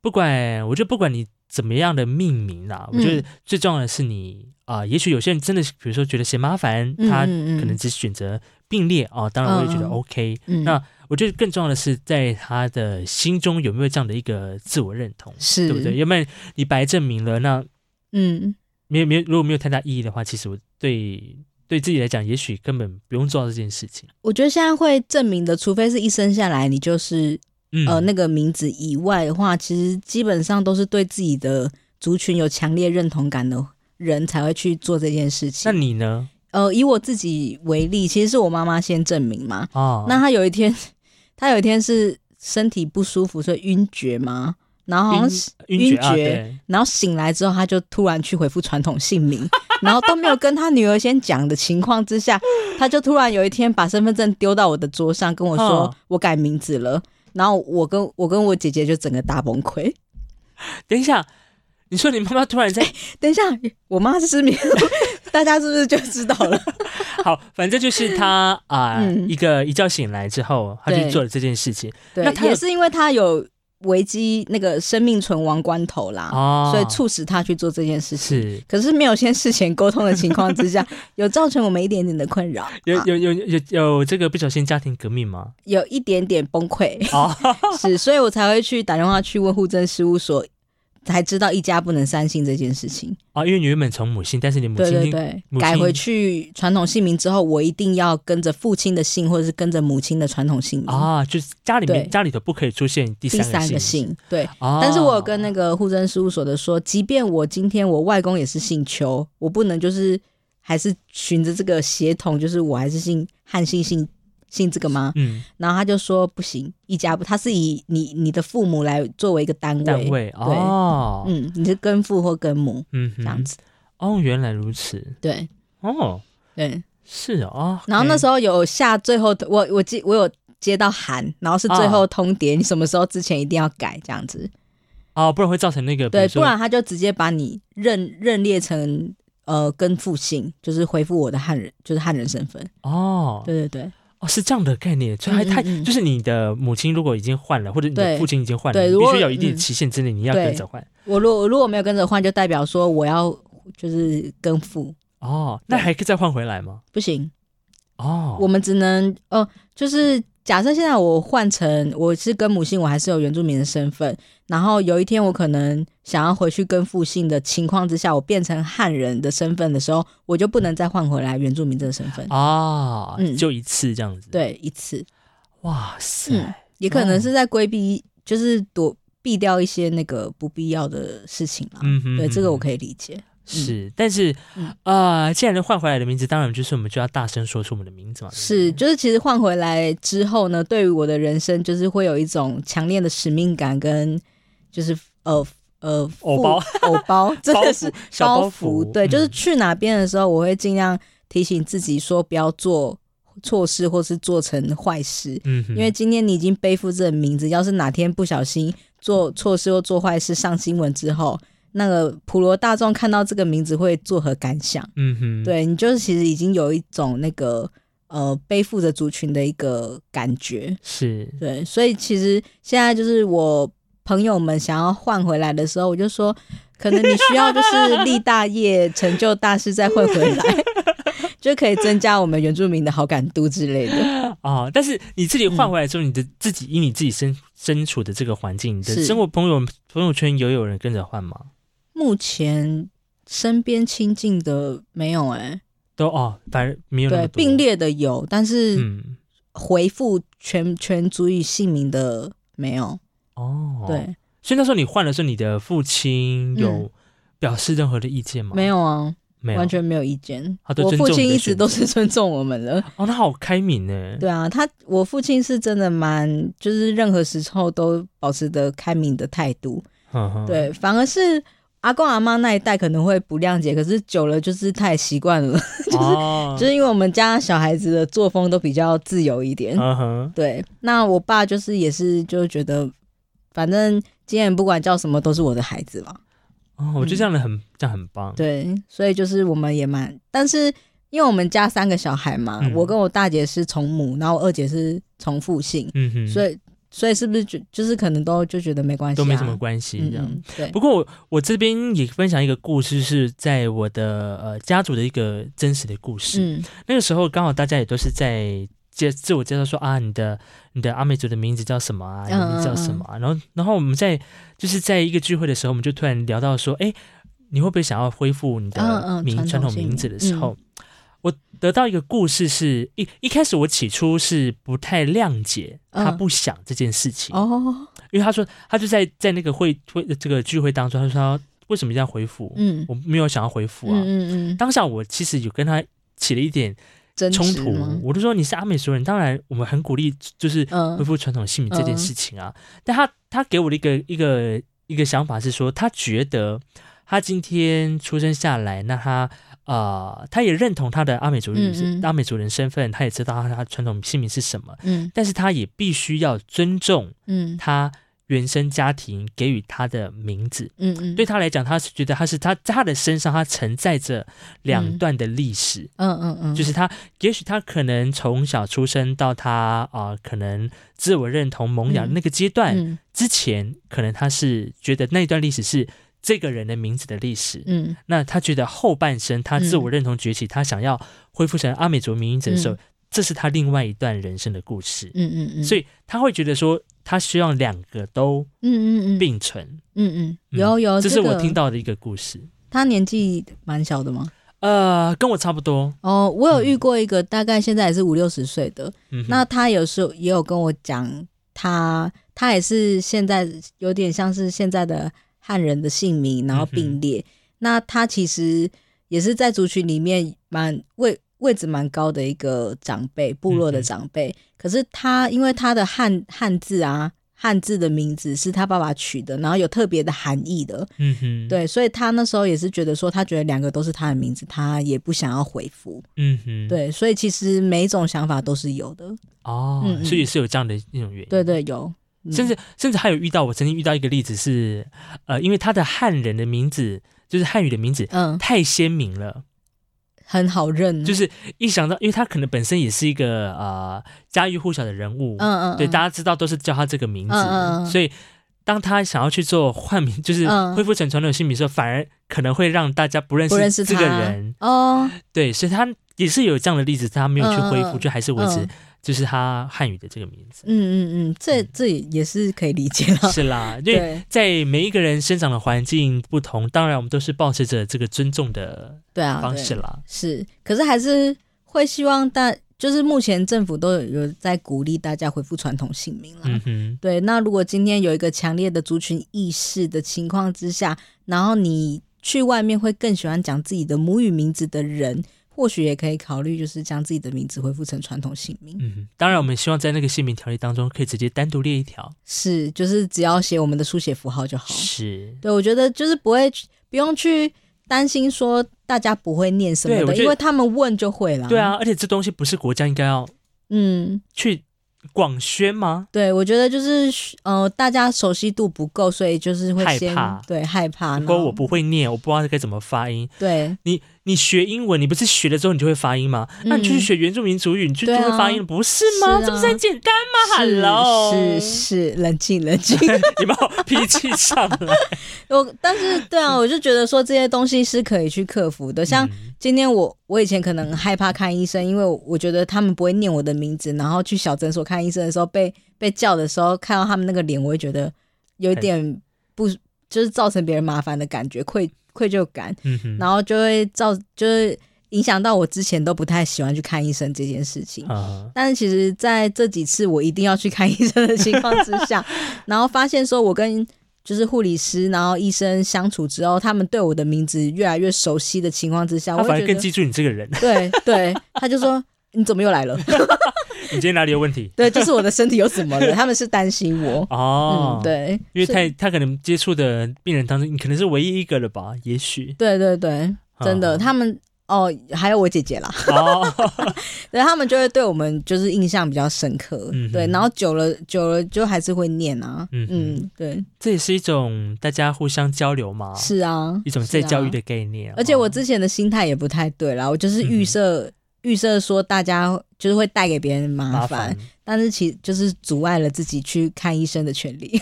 [SPEAKER 1] 不管我觉得不管你怎么样的命名啦，我
[SPEAKER 2] 嗯
[SPEAKER 1] 觉得最重要的是你啊、也许有些人真的是，比如说觉得嫌麻烦，
[SPEAKER 2] 嗯
[SPEAKER 1] 他
[SPEAKER 2] 嗯嗯
[SPEAKER 1] 可能只选择并列哦。当然，我也觉得
[SPEAKER 2] 嗯嗯
[SPEAKER 1] OK。
[SPEAKER 2] 嗯
[SPEAKER 1] 那我觉得更重要的是，在他的心中有没有这样的一个自我认同，
[SPEAKER 2] 是
[SPEAKER 1] 对不对？？要不然你白证明了，那
[SPEAKER 2] 嗯
[SPEAKER 1] 没有没有，如果没有太大意义的话，其实我对对自己来讲，也许根本不用做到这件事情。
[SPEAKER 2] 我觉得现在会证明的，除非是一生下来你就是
[SPEAKER 1] 嗯，
[SPEAKER 2] 呃那个名字以外的话，其实基本上都是对自己的族群有强烈认同感的人才会去做这件事
[SPEAKER 1] 那
[SPEAKER 2] 情。
[SPEAKER 1] 你呢？
[SPEAKER 2] 呃，以我自己为例，其实是我妈妈先证明嘛，
[SPEAKER 1] 哦，
[SPEAKER 2] 那他有一天，他有一天是身体不舒服，所以晕厥嘛，然后好像是
[SPEAKER 1] 晕
[SPEAKER 2] 晕
[SPEAKER 1] 厥啊，
[SPEAKER 2] 厥
[SPEAKER 1] 对，
[SPEAKER 2] 然后醒来之后，他就突然去回复传统姓名， 然后都没有跟他女儿先讲的情况之下，他就突然有一天把身份证丢到我的桌上，跟我说、
[SPEAKER 1] 嗯
[SPEAKER 2] 我改名字了。然后我跟我跟我姐姐就整个大崩溃。
[SPEAKER 1] 等一下，你说你妈妈突然在
[SPEAKER 2] 等一下，我妈是失眠， 大家是不是就知道了？
[SPEAKER 1] 好，反正就是他啊、
[SPEAKER 2] 嗯
[SPEAKER 1] 一个一觉醒来之后，他就
[SPEAKER 2] 对
[SPEAKER 1] 做了这件事情
[SPEAKER 2] 对
[SPEAKER 1] 那，她有
[SPEAKER 2] 也是因为她有危机那个生命存亡关头啦，
[SPEAKER 1] 哦，
[SPEAKER 2] 所以促使她去做这件事情。
[SPEAKER 1] 是
[SPEAKER 2] 可是没有先事前沟通的情况之下，有造成我们一点点的困扰，
[SPEAKER 1] 有
[SPEAKER 2] 啊
[SPEAKER 1] 有有有有这个不小心家庭革命吗？
[SPEAKER 2] 有一点点崩溃，
[SPEAKER 1] 哦，
[SPEAKER 2] 是，所以我才会去打电话去问户政事务所，才知道一家不能三姓这件事情。
[SPEAKER 1] 哦，因为你原本从母姓，但是你母
[SPEAKER 2] 对
[SPEAKER 1] 亲已
[SPEAKER 2] 对
[SPEAKER 1] 经
[SPEAKER 2] 对
[SPEAKER 1] 母亲，
[SPEAKER 2] 改回去传统姓名之后，我一定要跟着父亲的姓，或者是跟着母亲的传统姓名。
[SPEAKER 1] 啊、就是家里面
[SPEAKER 2] 对
[SPEAKER 1] 家里头不可以出现第
[SPEAKER 2] 第
[SPEAKER 1] 三
[SPEAKER 2] 三
[SPEAKER 1] 个
[SPEAKER 2] 个
[SPEAKER 1] 姓。
[SPEAKER 2] 姓，对，
[SPEAKER 1] 哦
[SPEAKER 2] 但是我有跟那个户政事务所的说，即便我今天我外公也是姓邱，我不能就是还是循着这个血统，就是我还是姓汉姓姓姓这个吗？
[SPEAKER 1] 嗯，
[SPEAKER 2] 然后他就说不行，一家不，他是以你你的父母来作为一个单位，
[SPEAKER 1] 单位哦，
[SPEAKER 2] 嗯，你是跟父或跟母
[SPEAKER 1] 嗯
[SPEAKER 2] 这
[SPEAKER 1] 哼
[SPEAKER 2] 样子，
[SPEAKER 1] 哦，原来如此
[SPEAKER 2] 对
[SPEAKER 1] 哦，
[SPEAKER 2] 对。
[SPEAKER 1] 是哦哦，
[SPEAKER 2] 然后那时候有下最后，我我记我有接到函，然后是最
[SPEAKER 1] 啊
[SPEAKER 2] 后通牒，你什么时候之前一定要改这样子，
[SPEAKER 1] 候哦，不然会造成那个比
[SPEAKER 2] 对，
[SPEAKER 1] 如说
[SPEAKER 2] 不然他就直接把你认认列成呃跟父姓，就是恢复我的汉人，就是汉人身份，
[SPEAKER 1] 哦，
[SPEAKER 2] 对对对。
[SPEAKER 1] 哦，是这样的概念，所以还
[SPEAKER 2] 嗯嗯
[SPEAKER 1] 他
[SPEAKER 2] 嗯
[SPEAKER 1] 就是你的母亲如果已经换了，或者你的
[SPEAKER 2] 对
[SPEAKER 1] 父亲已经换了，
[SPEAKER 2] 对
[SPEAKER 1] 你
[SPEAKER 2] 如
[SPEAKER 1] 必
[SPEAKER 2] 果
[SPEAKER 1] 须有一定的
[SPEAKER 2] 嗯
[SPEAKER 1] 期限之内，你要
[SPEAKER 2] 对
[SPEAKER 1] 跟着换。
[SPEAKER 2] 我如果如果没有跟着换，就代表说我要就是跟父
[SPEAKER 1] 哦，那
[SPEAKER 2] 对
[SPEAKER 1] 还可以再换回来吗？
[SPEAKER 2] 不行，
[SPEAKER 1] 哦，
[SPEAKER 2] 我们只能哦、就是假设现在我换成我是跟母姓，我还是有原住民的身份，然后有一天我可能想要回去跟父姓的情况之下，我变成汉人的身份的时候，我就不能再换回来原住民这个身份，
[SPEAKER 1] 啊、
[SPEAKER 2] 嗯
[SPEAKER 1] 就一次这样子。，
[SPEAKER 2] 对，一次，
[SPEAKER 1] 哇塞，
[SPEAKER 2] 嗯，也可能是在规避，就是躲避掉一些那个不必要的事情啦。
[SPEAKER 1] 嗯哼
[SPEAKER 2] 对，这个我
[SPEAKER 1] 以
[SPEAKER 2] 可以理解。
[SPEAKER 1] 是，但是、
[SPEAKER 2] 嗯
[SPEAKER 1] 呃，既然能换回来的名字，当然就是我们就要大声说出我们的名字嘛。对不对
[SPEAKER 2] 是，就是其实换回来之后呢，对于我的人生，就是会有一种强烈的使命感跟，就是呃呃，
[SPEAKER 1] 偶
[SPEAKER 2] 负
[SPEAKER 1] 包
[SPEAKER 2] 偶 包，真
[SPEAKER 1] 包
[SPEAKER 2] 的
[SPEAKER 1] 袱
[SPEAKER 2] 是
[SPEAKER 1] 小包
[SPEAKER 2] 袱
[SPEAKER 1] 袱，
[SPEAKER 2] 对，就是
[SPEAKER 1] 嗯
[SPEAKER 2] 去哪边的时候，我会尽量提醒自己说不要做错事或是做成坏事，
[SPEAKER 1] 嗯哼，
[SPEAKER 2] 因为今天你已经背负这个名字，要是哪天不小心做错事或做坏事上新闻之后，那个普罗大众看到这个名字会作何感想？
[SPEAKER 1] 嗯哼，
[SPEAKER 2] 对你就是其实已经有一种那个呃背负着族群的一个感觉，
[SPEAKER 1] 是
[SPEAKER 2] 对，所以其实现在就是我朋友们想要换回来的时候，我就说，可能你需要就是立大业、成就大事再换回来， 就可以增加我们原住民的好感度之类的。
[SPEAKER 1] 哦，但是你自己换回来之后，你的自己以你自己身身处的这个环境，你的
[SPEAKER 2] 是
[SPEAKER 1] 生活朋友朋友圈有有人跟着换吗？
[SPEAKER 2] 目前身边亲近的没有哎、
[SPEAKER 1] 都哦，反而没有那么
[SPEAKER 2] 对，
[SPEAKER 1] 多
[SPEAKER 2] 并列的有，但是
[SPEAKER 1] 嗯，
[SPEAKER 2] 回复全全族语姓名的没有，
[SPEAKER 1] 哦，
[SPEAKER 2] 对。，嗯
[SPEAKER 1] 所以那时候你换的时候，你的父亲有表示任何的意见吗？
[SPEAKER 2] 没，有啊，
[SPEAKER 1] 没有，
[SPEAKER 2] 完全没有意见。
[SPEAKER 1] 他都
[SPEAKER 2] 我
[SPEAKER 1] 尊重
[SPEAKER 2] 父亲
[SPEAKER 1] 你的
[SPEAKER 2] 一直
[SPEAKER 1] 选
[SPEAKER 2] 都
[SPEAKER 1] 择
[SPEAKER 2] 是尊重我 们的。
[SPEAKER 1] 哦，他好开明呢。
[SPEAKER 2] 对啊，他我父亲是真的蛮，就是任何时候都保持着开明的态度。
[SPEAKER 1] 嗯哼，
[SPEAKER 2] 对，反而是阿公阿妈那一代可能会不谅解，可是久了就是太习惯了，
[SPEAKER 1] 哦，
[SPEAKER 2] 就是因为我们家小孩子的作风都比较自由一点。
[SPEAKER 1] 嗯哼，
[SPEAKER 2] 对，那我爸就是也是就觉得，反正今天不管叫什么都是我的孩子嘛。
[SPEAKER 1] 哦，我觉得这样的很这样很棒。
[SPEAKER 2] 嗯对，所以就是我们也蛮，但是因为我们家三个小孩嘛，
[SPEAKER 1] 嗯
[SPEAKER 2] 我跟我大姐是从母，然后我二姐是从父姓，
[SPEAKER 1] 嗯哼，
[SPEAKER 2] 所
[SPEAKER 1] 以
[SPEAKER 2] 以所以是不是就就是可能都就觉得没关系、啊，
[SPEAKER 1] 都没什么关系
[SPEAKER 2] 嗯
[SPEAKER 1] 这样。
[SPEAKER 2] 嗯，对
[SPEAKER 1] 不，过我我这边也分享一个故事，是在我的呃家族的一个真实的故事。
[SPEAKER 2] 嗯
[SPEAKER 1] 那个时候刚好大家也都是在介自我介绍说啊，你的你的阿美族的名字叫什么啊？
[SPEAKER 2] 嗯
[SPEAKER 1] 你的名字叫什么、啊？然后然后我们在就是在一个聚会的时候，我们就突然聊到说，哎，你会不会想要恢复你
[SPEAKER 2] 嗯
[SPEAKER 1] 的
[SPEAKER 2] 嗯
[SPEAKER 1] 名、
[SPEAKER 2] 传
[SPEAKER 1] 传
[SPEAKER 2] 统嗯
[SPEAKER 1] 统
[SPEAKER 2] 姓
[SPEAKER 1] 名字
[SPEAKER 2] 名
[SPEAKER 1] 的时候？我得到一个故事是，一一开始我起初是不太谅解他
[SPEAKER 2] 嗯
[SPEAKER 1] 不想这件事情，
[SPEAKER 2] 哦，
[SPEAKER 1] 因为他说他就在在那个会会这个聚会当中，他说他为什么一定要回复？
[SPEAKER 2] 嗯
[SPEAKER 1] 我没有想要回复啊。
[SPEAKER 2] 嗯嗯嗯，
[SPEAKER 1] 当下我其实有跟他起了一点
[SPEAKER 2] 争
[SPEAKER 1] 冲
[SPEAKER 2] 执
[SPEAKER 1] 突
[SPEAKER 2] 吗，
[SPEAKER 1] 我就说你是阿美族人，当然我们很鼓励就是恢
[SPEAKER 2] 嗯
[SPEAKER 1] 复传统姓名这件事情啊。但他他给我的一个一个一个想法是说，他觉得他今天出生下来，那他呃他也认同他的阿美族人
[SPEAKER 2] 嗯嗯
[SPEAKER 1] 阿美族人身份，他也知道他他传统姓名是什么，
[SPEAKER 2] 嗯
[SPEAKER 1] 但是他也必须要尊重
[SPEAKER 2] 嗯
[SPEAKER 1] 他原生家庭给予他的名字。
[SPEAKER 2] 嗯嗯，
[SPEAKER 1] 对，他来讲，他是觉得他是他在他的身上，他承载着两段的历史。
[SPEAKER 2] 嗯嗯嗯，
[SPEAKER 1] 就是他，也许他可能从小出生到他啊、呃可能自我认同萌芽
[SPEAKER 2] 嗯
[SPEAKER 1] 那个阶段、
[SPEAKER 2] 嗯
[SPEAKER 1] 之前，可能他是觉得那一段历史是这个人的名字的历史。
[SPEAKER 2] 嗯
[SPEAKER 1] 那他觉得后半生他自我认同崛起，他想要恢复成阿美族名字的时候，
[SPEAKER 2] 嗯
[SPEAKER 1] 这是他另外一段人生的故事。
[SPEAKER 2] 嗯嗯嗯，
[SPEAKER 1] 所
[SPEAKER 2] 以
[SPEAKER 1] 以他会觉得说，他希望两个都
[SPEAKER 2] 嗯嗯嗯
[SPEAKER 1] 并存。
[SPEAKER 2] 嗯嗯有有，
[SPEAKER 1] 这是我听
[SPEAKER 2] 到
[SPEAKER 1] 到的一个故事。
[SPEAKER 2] 他年纪蛮小的吗？
[SPEAKER 1] 呃，跟我差不多。
[SPEAKER 2] 哦，我有遇
[SPEAKER 1] 嗯
[SPEAKER 2] 过一个大概现在也是五六十岁的，
[SPEAKER 1] 嗯哼，
[SPEAKER 2] 那他有时候也有跟我讲，他他也是现在有点像是现在的汉人的姓
[SPEAKER 1] 嗯
[SPEAKER 2] 名，然后并列。那他其实也是在族群里面蛮为位置蛮高的一个长辈，部
[SPEAKER 1] 嗯
[SPEAKER 2] 落的长辈。可是他因为他的汉汉字啊，汉字的名字是他爸爸取的，然后有特别的含义的，
[SPEAKER 1] 嗯哼，，
[SPEAKER 2] 对，所以他那时候也是觉得说，他觉得两个都是他的名字，他也不想要回复。
[SPEAKER 1] 嗯哼，，
[SPEAKER 2] 对，所以其实每一种想法都是有的。
[SPEAKER 1] 哦，
[SPEAKER 2] 嗯嗯
[SPEAKER 1] 所以是有这样的一种原因。
[SPEAKER 2] 对对，有。嗯
[SPEAKER 1] 甚至甚至还有遇到，我曾经遇到一个例子是，呃，因为他的汉人的名字就是汉语的名字
[SPEAKER 2] 嗯，
[SPEAKER 1] 太鲜明了，
[SPEAKER 2] 很好认，
[SPEAKER 1] 就是一想到，因为他可能本身也是一个呃家喻户晓的人物，
[SPEAKER 2] 嗯嗯，
[SPEAKER 1] 对，
[SPEAKER 2] 嗯
[SPEAKER 1] 大家知道都是叫他这个名字，
[SPEAKER 2] 嗯嗯嗯
[SPEAKER 1] 所以当他想要去做换名，就是
[SPEAKER 2] 嗯
[SPEAKER 1] 恢复成传统姓名的时候，反而可能会让大家不认
[SPEAKER 2] 不认识
[SPEAKER 1] 识这个
[SPEAKER 2] 他
[SPEAKER 1] 人，
[SPEAKER 2] 哦，
[SPEAKER 1] 对，所以他也是有这样的例子，他没有去恢复，
[SPEAKER 2] 嗯嗯嗯
[SPEAKER 1] 就还是维持
[SPEAKER 2] 嗯
[SPEAKER 1] 就是他汉语的这个名 字，
[SPEAKER 2] 嗯嗯嗯，这这也也是可以理解 了。
[SPEAKER 1] 是啦，因为
[SPEAKER 2] 对
[SPEAKER 1] 在每一个人生长的环境不同，当然我们都是保持着这个尊重的
[SPEAKER 2] 对啊，
[SPEAKER 1] 方
[SPEAKER 2] 对
[SPEAKER 1] 式啦，
[SPEAKER 2] 是，可是还是会希望大，就是目前政府都有有在鼓励大家恢复传统姓名了。
[SPEAKER 1] 嗯哼，
[SPEAKER 2] 对，那如果今天有一个强烈的族群意识的情况之下，然后你去外面会更喜欢讲自己的母语名字的人，或许也可以考虑，就是将自己的名字恢复成传统姓名。
[SPEAKER 1] 嗯哼，当然我们希望在那个姓名条例当中可以直接单独列一条，
[SPEAKER 2] 是，就是只要写我们的书写符号就好。
[SPEAKER 1] 是。
[SPEAKER 2] 对，我觉得就是不会去不用去担心说大家不会念什
[SPEAKER 1] 对
[SPEAKER 2] 么
[SPEAKER 1] 我
[SPEAKER 2] 的，
[SPEAKER 1] 觉得
[SPEAKER 2] 因为他们问就会了。
[SPEAKER 1] 对，啊，而且这东西不是国家应该要
[SPEAKER 2] 嗯，
[SPEAKER 1] 去广宣吗？
[SPEAKER 2] 对，我觉得就是呃，大家熟悉度不够，所以就是会
[SPEAKER 1] 害
[SPEAKER 2] 先
[SPEAKER 1] 怕
[SPEAKER 2] 对害怕。
[SPEAKER 1] 如果
[SPEAKER 2] 然
[SPEAKER 1] 我
[SPEAKER 2] 后
[SPEAKER 1] 不会念，我不知道该怎么发音。
[SPEAKER 2] 对
[SPEAKER 1] 你学英文，你不是学了之后你就会发音吗？那你就去
[SPEAKER 2] 嗯
[SPEAKER 1] 学原住民族语，你就就
[SPEAKER 2] 对啊
[SPEAKER 1] 会发音了，不是吗？
[SPEAKER 2] 是啊
[SPEAKER 1] 这不是很简单吗
[SPEAKER 2] 是
[SPEAKER 1] ？Hello，
[SPEAKER 2] 是是，冷静冷静。
[SPEAKER 1] 有没有脾气上来？
[SPEAKER 2] 我但是对 啊，我就觉得说这些东西是可以去克服的。像
[SPEAKER 1] 嗯
[SPEAKER 2] 今天我我以前可能害怕看医生，因为我觉得他们不会念我的名字，然后去小诊所看医生的时候被被叫的时候，看到他们那个脸，我会觉得有一
[SPEAKER 1] 很
[SPEAKER 2] 点不就是造成别人麻烦的感觉，愧愧疚感。
[SPEAKER 1] 嗯哼，
[SPEAKER 2] 然后就会造就是影响到我之前都不太喜欢去看医生这件事情。
[SPEAKER 1] 啊
[SPEAKER 2] 但是其实在这几次我一定要去看医生的情况之 下，然后发现说我跟就是护理师，然后医生相处之后，他们对我的名字越来越熟悉的情况之下，
[SPEAKER 1] 他
[SPEAKER 2] 我
[SPEAKER 1] 反
[SPEAKER 2] 会
[SPEAKER 1] 而
[SPEAKER 2] 觉
[SPEAKER 1] 更
[SPEAKER 2] 得
[SPEAKER 1] 记住你这个人，
[SPEAKER 2] 对对，他就说你怎么又来了？
[SPEAKER 1] 你今天哪里有问题？
[SPEAKER 2] 对，就是我的身体又怎么了？他们是担心我。
[SPEAKER 1] 哦
[SPEAKER 2] 嗯，，，对，
[SPEAKER 1] 因为
[SPEAKER 2] 是
[SPEAKER 1] 他他可能接触的病人当中，你可能是唯一一个了吧？也许
[SPEAKER 2] 对对对，真的，
[SPEAKER 1] 嗯
[SPEAKER 2] 他们哦，还有我姐姐啦，
[SPEAKER 1] 哦，
[SPEAKER 2] 对他们就会对我们就是印象比较深刻，
[SPEAKER 1] 嗯哼
[SPEAKER 2] 对，然后久了久了就还是会念啊，
[SPEAKER 1] 嗯
[SPEAKER 2] 嗯
[SPEAKER 1] 哼
[SPEAKER 2] 对，
[SPEAKER 1] 这也是一种大家互相交流嘛，
[SPEAKER 2] 是啊，
[SPEAKER 1] 一种再
[SPEAKER 2] 是啊
[SPEAKER 1] 教育的概念。
[SPEAKER 2] 而且我
[SPEAKER 1] 哦
[SPEAKER 2] 之前的心态也不太对啦，我就是预
[SPEAKER 1] 嗯
[SPEAKER 2] 设、预设说大家就是会带给别人麻烦，
[SPEAKER 1] 麻烦，
[SPEAKER 2] 但是其就是阻碍了自己去看医生的权 利，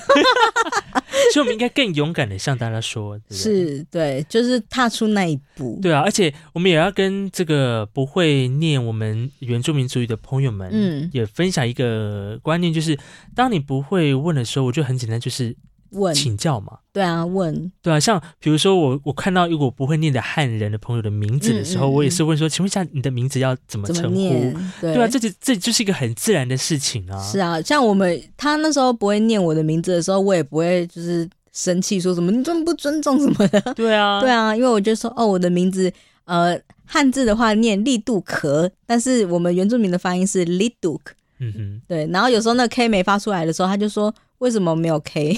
[SPEAKER 1] 所以我们应该更勇敢的向大家说，对不对
[SPEAKER 2] 是对，就是踏出那一步，
[SPEAKER 1] 对啊，而且我们也要跟这个不会念我们原住民族语的朋友们，
[SPEAKER 2] 嗯
[SPEAKER 1] 也分享一个观念，就是当你不会问的时候，我就很简单，就是
[SPEAKER 2] 问，
[SPEAKER 1] 请教嘛。
[SPEAKER 2] 对啊，问，
[SPEAKER 1] 对啊，像比如说我我看到一个我不会念的汉人的朋友的名字的时候，
[SPEAKER 2] 嗯嗯嗯
[SPEAKER 1] 我也是问说，请问一下你的名字要怎么
[SPEAKER 2] 怎么
[SPEAKER 1] 称
[SPEAKER 2] 念
[SPEAKER 1] 呼？，
[SPEAKER 2] 对
[SPEAKER 1] 对啊，这就这就是一个很自然的事情啊。
[SPEAKER 2] 是啊，像我们他那时候不会念我的名字的时候，我也不会就是生气说什么你尊不尊重什么的。
[SPEAKER 1] 对啊，
[SPEAKER 2] 对啊，因为我就说哦，我的名字呃汉字的话念力度壳，但是我们原住民的发音是 liduk。
[SPEAKER 1] 嗯哼。
[SPEAKER 2] 对，然后有时候那个 k 没发出来的时候，他就说为什么没有 k？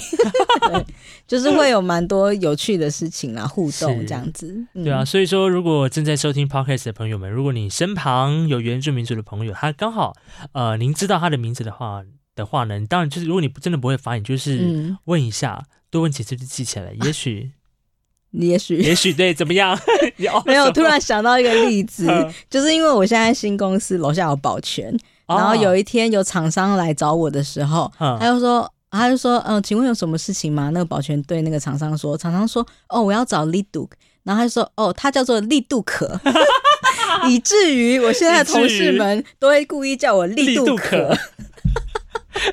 [SPEAKER 2] 对， 就是会有蛮多有趣的事情啦，互动
[SPEAKER 1] 是
[SPEAKER 2] 这样子。嗯
[SPEAKER 1] 对啊，，所以说，如果正在收听 podcast 的朋友们，如果你身旁有原住民族的朋友，他刚好呃，您知道他的名字的话的话呢，你当然就是，如果你不真的不会发，你就是
[SPEAKER 2] 嗯，
[SPEAKER 1] 问一下，多问几次就记起 来，也许，
[SPEAKER 2] 你 也许
[SPEAKER 1] 也许对，怎么样？ 你哦
[SPEAKER 2] 没有，
[SPEAKER 1] 什么，
[SPEAKER 2] 突然想到一个例子
[SPEAKER 1] 嗯
[SPEAKER 2] 就是因为我现在新公司楼下有保全，
[SPEAKER 1] 哦
[SPEAKER 2] 然后有一天有厂商来找我的时候，
[SPEAKER 1] 嗯
[SPEAKER 2] 他就说，他就说，嗯、请问有什么事情吗？那个保全对那个厂商说，厂商说，哦，我要找力度，然后他就说，哦，他叫做力度 可，以至于我现在的同事们都会故意叫我力
[SPEAKER 1] 力
[SPEAKER 2] 度
[SPEAKER 1] 度
[SPEAKER 2] 可
[SPEAKER 1] 可。，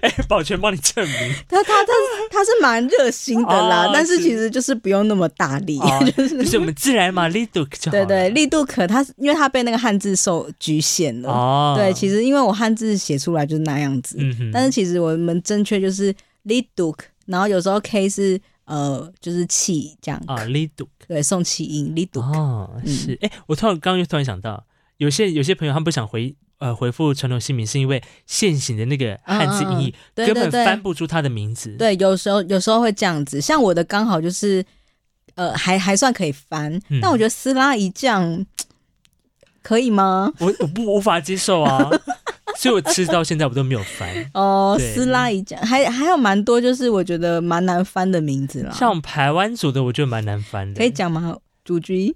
[SPEAKER 1] 哎，保全帮你证明，
[SPEAKER 2] 他他他他是蛮热心的啦，
[SPEAKER 1] 哦
[SPEAKER 2] 但是
[SPEAKER 1] 是
[SPEAKER 2] 其实就是不用那么大力。
[SPEAKER 1] 哦，就是我们自然嘛，力度就好
[SPEAKER 2] 对
[SPEAKER 1] 了
[SPEAKER 2] 对，，力度可他因为他被那个汉字受局限了。
[SPEAKER 1] 哦，
[SPEAKER 2] 对，其实因为我汉字写出来就是那样子，
[SPEAKER 1] 嗯哼，
[SPEAKER 2] 但是其实我们正确就是 liduk，然后有时候 k 是呃就是气这样，
[SPEAKER 1] 啊，力度
[SPEAKER 2] 对，送气音 liduk，、
[SPEAKER 1] 哦，
[SPEAKER 2] 嗯
[SPEAKER 1] 是，哎，我突然刚刚又突然想到，有些有些朋友他们不想回呃回复传统姓名，是因为现行的那个
[SPEAKER 2] 啊
[SPEAKER 1] 汉字音译、
[SPEAKER 2] 对
[SPEAKER 1] 根
[SPEAKER 2] 对
[SPEAKER 1] 本
[SPEAKER 2] 对
[SPEAKER 1] 翻不出他的名字。
[SPEAKER 2] 对，有时候有时候会这样子，像我的刚好就是，呃，还还算可以翻，
[SPEAKER 1] 嗯
[SPEAKER 2] 但我觉得斯拉一酱可以吗？
[SPEAKER 1] 我我不无法接受 啊，所以我吃到现在我都没有翻。
[SPEAKER 2] 哦，
[SPEAKER 1] 对
[SPEAKER 2] 斯拉一酱还还有蛮多，就是我觉得蛮难翻的名字啦，
[SPEAKER 1] 像台湾组的，我觉得蛮难翻的。
[SPEAKER 2] 可以讲吗？主居，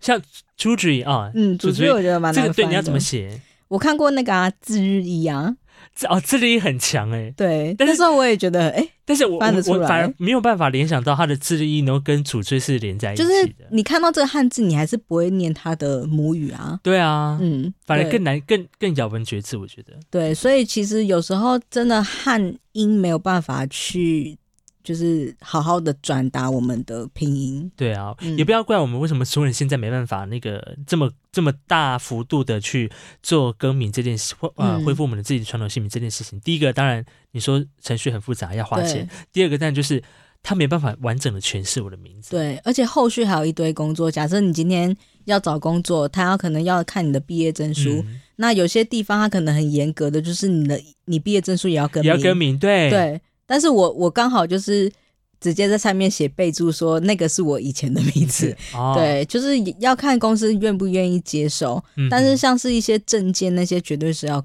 [SPEAKER 1] 像朱主啊，
[SPEAKER 2] 嗯，主
[SPEAKER 1] 主
[SPEAKER 2] 居
[SPEAKER 1] 居
[SPEAKER 2] 我觉得蛮
[SPEAKER 1] 这
[SPEAKER 2] 难翻
[SPEAKER 1] 个
[SPEAKER 2] 的。
[SPEAKER 1] 对你要怎么写？
[SPEAKER 2] 我看过那个啊，自日一啊，
[SPEAKER 1] 这哦，这里很强哎、
[SPEAKER 2] 对，
[SPEAKER 1] 但是
[SPEAKER 2] 那时候我也觉得，哎、
[SPEAKER 1] 但是我
[SPEAKER 2] 翻得
[SPEAKER 1] 我
[SPEAKER 2] 出来
[SPEAKER 1] 我反而没有办法联想到他的字音能够跟主锥是连在一起
[SPEAKER 2] 就
[SPEAKER 1] 的。
[SPEAKER 2] 是你看到这个汉字，你还是不会念它的母语啊。
[SPEAKER 1] 对啊，
[SPEAKER 2] 嗯，
[SPEAKER 1] 反而
[SPEAKER 2] 对
[SPEAKER 1] 更难，更更咬文嚼字，我觉得。
[SPEAKER 2] 对，所以其实有时候真的汉音没有办法去，就是好好的转达我们的拼音。
[SPEAKER 1] 对啊，
[SPEAKER 2] 嗯
[SPEAKER 1] 也不要怪我们为什么所有人现在没办法那个这么这么大幅度的去做更名这件事，或呃
[SPEAKER 2] 嗯
[SPEAKER 1] 恢复我们的自己的传统姓名这件事情。第一个，当然你说程序很复杂，要花钱；第二个，当然就是他没办法完整的诠释我的名字。
[SPEAKER 2] 对，而且后续还有一堆工作。假设你今天要找工作，他要可能要看你的毕业证书。
[SPEAKER 1] 嗯
[SPEAKER 2] 那有些地方他可能很严格的，就是你的你毕业证书也要更
[SPEAKER 1] 也
[SPEAKER 2] 名。
[SPEAKER 1] 要更名，对
[SPEAKER 2] 对，但是我我刚好就是直接在上面写备注说那个是我以前的名
[SPEAKER 1] 名
[SPEAKER 2] 字
[SPEAKER 1] 字。，哦，
[SPEAKER 2] 对，就是要看公司愿不愿意接受。
[SPEAKER 1] 嗯
[SPEAKER 2] 但是
[SPEAKER 1] 嗯
[SPEAKER 2] 像是一些证件那些，绝对是要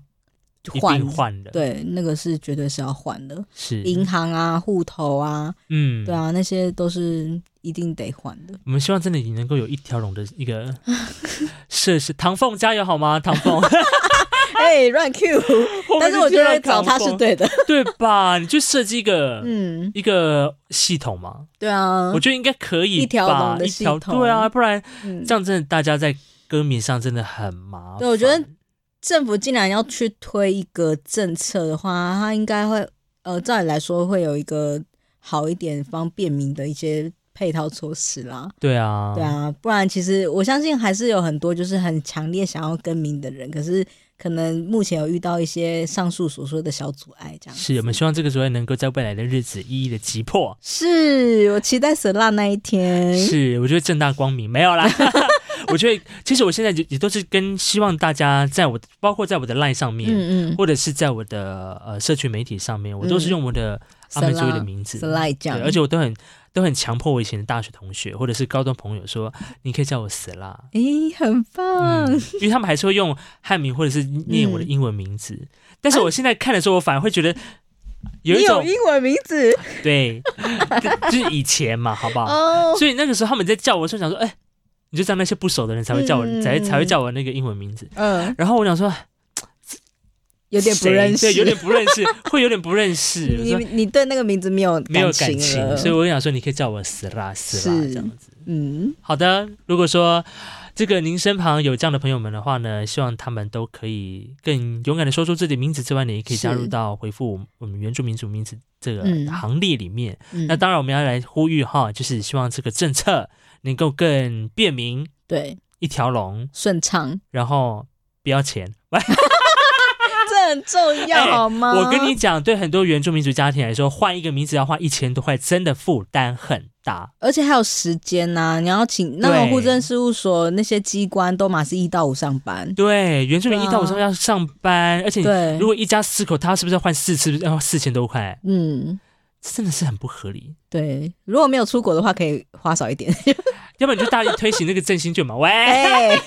[SPEAKER 1] 一
[SPEAKER 2] 换
[SPEAKER 1] 定，换的，，
[SPEAKER 2] 对，那个是绝对是要换的。
[SPEAKER 1] 是
[SPEAKER 2] 银行啊、户头啊，
[SPEAKER 1] 嗯，
[SPEAKER 2] 对。啊，那些都是一定得换 的。
[SPEAKER 1] 我们希望真的你能够有一条龙的一 个设施。唐凤加油好吗？唐凤，
[SPEAKER 2] 哎，乱 Q，但 是我觉得找他是
[SPEAKER 1] 对
[SPEAKER 2] 对的。
[SPEAKER 1] 对吧？你就设计一 个
[SPEAKER 2] 嗯，
[SPEAKER 1] 一个系统嘛，
[SPEAKER 2] 对啊
[SPEAKER 1] 我，觉得应该可以吧，
[SPEAKER 2] 一条龙的
[SPEAKER 1] 一条
[SPEAKER 2] 系统
[SPEAKER 1] 对啊，不然
[SPEAKER 2] 嗯
[SPEAKER 1] 这样真的大家在歌迷上真的很麻烦。
[SPEAKER 2] 对我觉得政府竟然要去推一个政策的话，它应该会，呃，照理来说会有一个好一点、方便民的一些配套措施啦。
[SPEAKER 1] 对啊，
[SPEAKER 2] 对，啊，不然其实我相信还是有很多就是很强烈想要更名的人，可是可能目前有遇到一些上述所说的小阻碍，这样
[SPEAKER 1] 是我们希望这个阻碍能够在未来的日子一一的击破。
[SPEAKER 2] 是我期待舍辣那一天。
[SPEAKER 1] 是，我觉得正大光明没有 啦。我觉得其实我现在也也都是跟希望大家在我包括在我的 line 上面，
[SPEAKER 2] 嗯嗯，
[SPEAKER 1] 或者是在我的呃社群媒体上面，我都是
[SPEAKER 2] 嗯
[SPEAKER 1] 用我的阿
[SPEAKER 2] 舍
[SPEAKER 1] 美
[SPEAKER 2] 辣
[SPEAKER 1] 族语的名字。
[SPEAKER 2] 舍辣
[SPEAKER 1] 对
[SPEAKER 2] 酱，，
[SPEAKER 1] 而且我都很都很强迫我以前的大学同学或者是高中朋友说，你可以叫我死啦，
[SPEAKER 2] 诶、很棒，
[SPEAKER 1] 嗯，因为他们还是会用汉名或者是念我的英文名字，但是我现在看的时候，我反而会觉 得有
[SPEAKER 2] 你
[SPEAKER 1] 一
[SPEAKER 2] 有
[SPEAKER 1] 种
[SPEAKER 2] 英文名字
[SPEAKER 1] 对，就是 以前嘛，好不好？
[SPEAKER 2] 哦，
[SPEAKER 1] 所以那个时候他们在叫我的时候，想说，哎、你就像那些不熟的人才会叫我，
[SPEAKER 2] 嗯
[SPEAKER 1] 才才会叫我那个英文名字。
[SPEAKER 2] 嗯，
[SPEAKER 1] 然后我想说，
[SPEAKER 2] 有点不
[SPEAKER 1] 谁
[SPEAKER 2] 认识，
[SPEAKER 1] 对，有点不认识，会有点不认识。我
[SPEAKER 2] 你
[SPEAKER 1] 说
[SPEAKER 2] 你你对那个名字没有
[SPEAKER 1] 没有
[SPEAKER 2] 感
[SPEAKER 1] 感
[SPEAKER 2] 了
[SPEAKER 1] 情，所以我想说，你可以叫我死啦死啦
[SPEAKER 2] 是
[SPEAKER 1] 这样子。
[SPEAKER 2] 嗯，
[SPEAKER 1] 好的，如果说这个您身旁有这样的朋友们的话呢，希望他们都可以更勇敢的说出自己的名字之外呢，也可以
[SPEAKER 2] 是
[SPEAKER 1] 加入到回复我们我们原住民族名字这个
[SPEAKER 2] 嗯
[SPEAKER 1] 行列里面。
[SPEAKER 2] 嗯
[SPEAKER 1] 那当然，我们要来呼吁哈，就是希望这个政策能够更便民、
[SPEAKER 2] 对
[SPEAKER 1] 一条龙，
[SPEAKER 2] 顺畅，
[SPEAKER 1] 然后不要钱。
[SPEAKER 2] 这很重要、
[SPEAKER 1] 哎
[SPEAKER 2] 好吗？
[SPEAKER 1] 我跟你讲，对很多原住民族家庭来说，换一个名字要花一千多块，真的负担很大。
[SPEAKER 2] 而且还有时间呐、你要请那种
[SPEAKER 1] 对
[SPEAKER 2] 户政事务所那些机关都嘛是一到五上班，
[SPEAKER 1] 对，原住民一
[SPEAKER 2] 对啊
[SPEAKER 1] 到五上要上班，而且你
[SPEAKER 2] 对
[SPEAKER 1] 如，果一家四口，他是不是要换四次，要四千多块？
[SPEAKER 2] 嗯，
[SPEAKER 1] 这真的是很不合理。
[SPEAKER 2] 对，如果没有出国的话，可以花少一点，
[SPEAKER 1] 要不然你就大力推行那个振兴券嘛？喂，
[SPEAKER 2] 哎，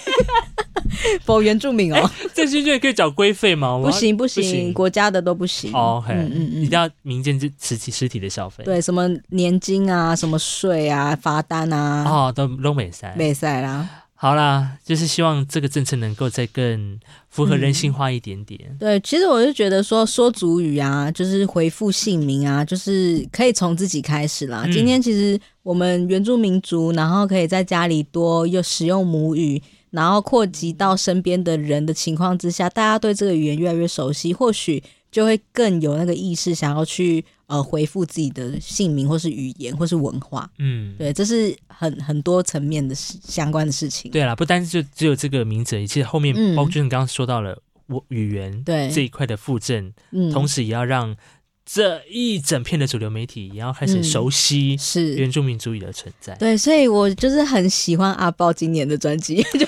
[SPEAKER 2] 否原住民哦，
[SPEAKER 1] 振兴券可以缴规费吗？我
[SPEAKER 2] 不
[SPEAKER 1] 要，
[SPEAKER 2] 行不
[SPEAKER 1] 不行
[SPEAKER 2] 行，国家的都不行。
[SPEAKER 1] 哦，OK
[SPEAKER 2] 嗯嗯
[SPEAKER 1] 一定
[SPEAKER 2] 嗯，
[SPEAKER 1] 要民间这实体实体的消费。，
[SPEAKER 2] 对，什么年金啊，什么税啊，罚单啊，
[SPEAKER 1] 哦，都都美三。
[SPEAKER 2] 没赛啦。
[SPEAKER 1] 好啦，就是希望这个政策能够再更符合人性化一点点。
[SPEAKER 2] 对，其实我是觉得说说主语啊，就是回复姓名啊，就是可以从自己开始啦。
[SPEAKER 1] 嗯
[SPEAKER 2] 今天其实我们原住民族，然后可以在家里多又使用母语，然后扩及到身边的人的情况之下，大家对这个语言越来越熟悉，或许就会更有那个意识，想要去呃回复自己的姓名，或是语言，或是文化。
[SPEAKER 1] 嗯，
[SPEAKER 2] 对，这是很很多层面的事相关的事情。
[SPEAKER 1] 对啦，不单是就只有这个名字而已，其实后面
[SPEAKER 2] 嗯
[SPEAKER 1] 包括就是你刚刚说到了我语言
[SPEAKER 2] 对
[SPEAKER 1] 这一块的附赠，
[SPEAKER 2] 嗯，
[SPEAKER 1] 同时也要让这一整片的主流媒体也要开始
[SPEAKER 2] 嗯
[SPEAKER 1] 熟悉
[SPEAKER 2] 是
[SPEAKER 1] 原住民族语的存在。
[SPEAKER 2] 对，所以我就是很喜欢阿豹今年的专辑，就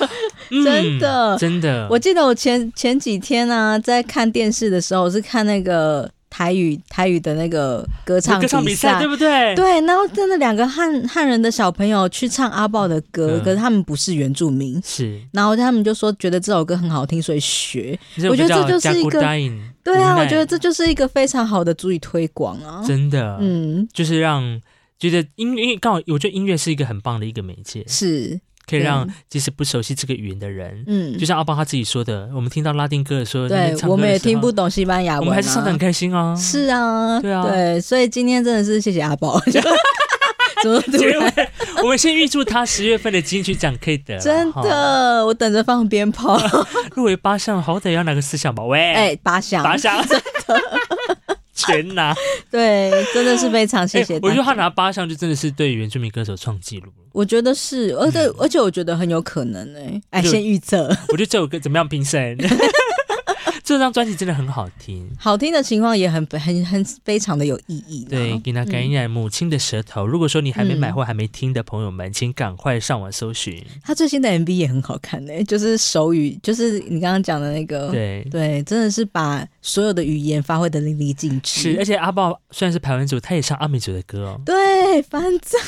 [SPEAKER 1] 嗯
[SPEAKER 2] 真的
[SPEAKER 1] 真的，
[SPEAKER 2] 我记得我前前几天啊，在看电视的时候，我是看那个台语台语的那个歌唱
[SPEAKER 1] 歌唱比赛
[SPEAKER 2] 赛
[SPEAKER 1] 对。不对？
[SPEAKER 2] 对，然后真的两个汉汉人的小朋友去唱阿豹的歌，
[SPEAKER 1] 嗯
[SPEAKER 2] 可是他们不是原住民，
[SPEAKER 1] 是，
[SPEAKER 2] 然后他们就说觉得这首歌很好听，所以学。我觉得这就是一个对啊，我觉得这就是一个非常好的足以推广啊。
[SPEAKER 1] 真的，
[SPEAKER 2] 嗯，
[SPEAKER 1] 就是让觉得音乐，因为刚好我觉得音乐是一个很棒的一个媒介，
[SPEAKER 2] 是，
[SPEAKER 1] 可以让
[SPEAKER 2] 对
[SPEAKER 1] 即使不熟悉这个语言的人，
[SPEAKER 2] 嗯，
[SPEAKER 1] 就像阿邦他自己说的，我们听到拉丁歌的时候，那
[SPEAKER 2] 对
[SPEAKER 1] 个唱歌的时候
[SPEAKER 2] 我们也听不，懂西班牙
[SPEAKER 1] 我
[SPEAKER 2] 文、啊，
[SPEAKER 1] 们还是唱的很开心 啊。
[SPEAKER 2] 是啊，
[SPEAKER 1] 对啊
[SPEAKER 2] 所以今天真的是谢谢 阿宝，就 怎么突
[SPEAKER 1] 结
[SPEAKER 2] 然？
[SPEAKER 1] 尾， 我们先预祝他十月份的金曲奖可以得啦，啊
[SPEAKER 2] 真
[SPEAKER 1] 哈
[SPEAKER 2] 的，我等着放 鞭炮，
[SPEAKER 1] 入围八项，好歹要拿个四项吧？喂，
[SPEAKER 2] 哎，八项，
[SPEAKER 1] 八项， 全拿。
[SPEAKER 2] 对，真的是非常谢谢
[SPEAKER 1] 哎
[SPEAKER 2] 大
[SPEAKER 1] 我觉
[SPEAKER 2] 家。
[SPEAKER 1] 得他拿八项就真的是对原住民歌手创纪录。
[SPEAKER 2] 我觉得是，而且、而且我觉得很有可能哎、哎，
[SPEAKER 1] 嗯就
[SPEAKER 2] 先预测，
[SPEAKER 1] 我觉得这首歌怎么样评审？ 这张专辑真的很好听。
[SPEAKER 2] 好听的情况也很很很非常的有意义呢。
[SPEAKER 1] 对，给它感染母亲的舌头。如果说你还没
[SPEAKER 2] 嗯
[SPEAKER 1] 买或还没听的朋友们，请赶快上网搜寻。
[SPEAKER 2] 他最新的 MV 也很好看哎、就是手语，就是你刚刚讲的那个，
[SPEAKER 1] 对，
[SPEAKER 2] 对，真的是把所有的语言发挥的淋漓尽
[SPEAKER 1] 是，而
[SPEAKER 2] 致。。
[SPEAKER 1] 且阿豹虽然是排湾族，他也唱阿美族的歌哦
[SPEAKER 2] 对，翻赞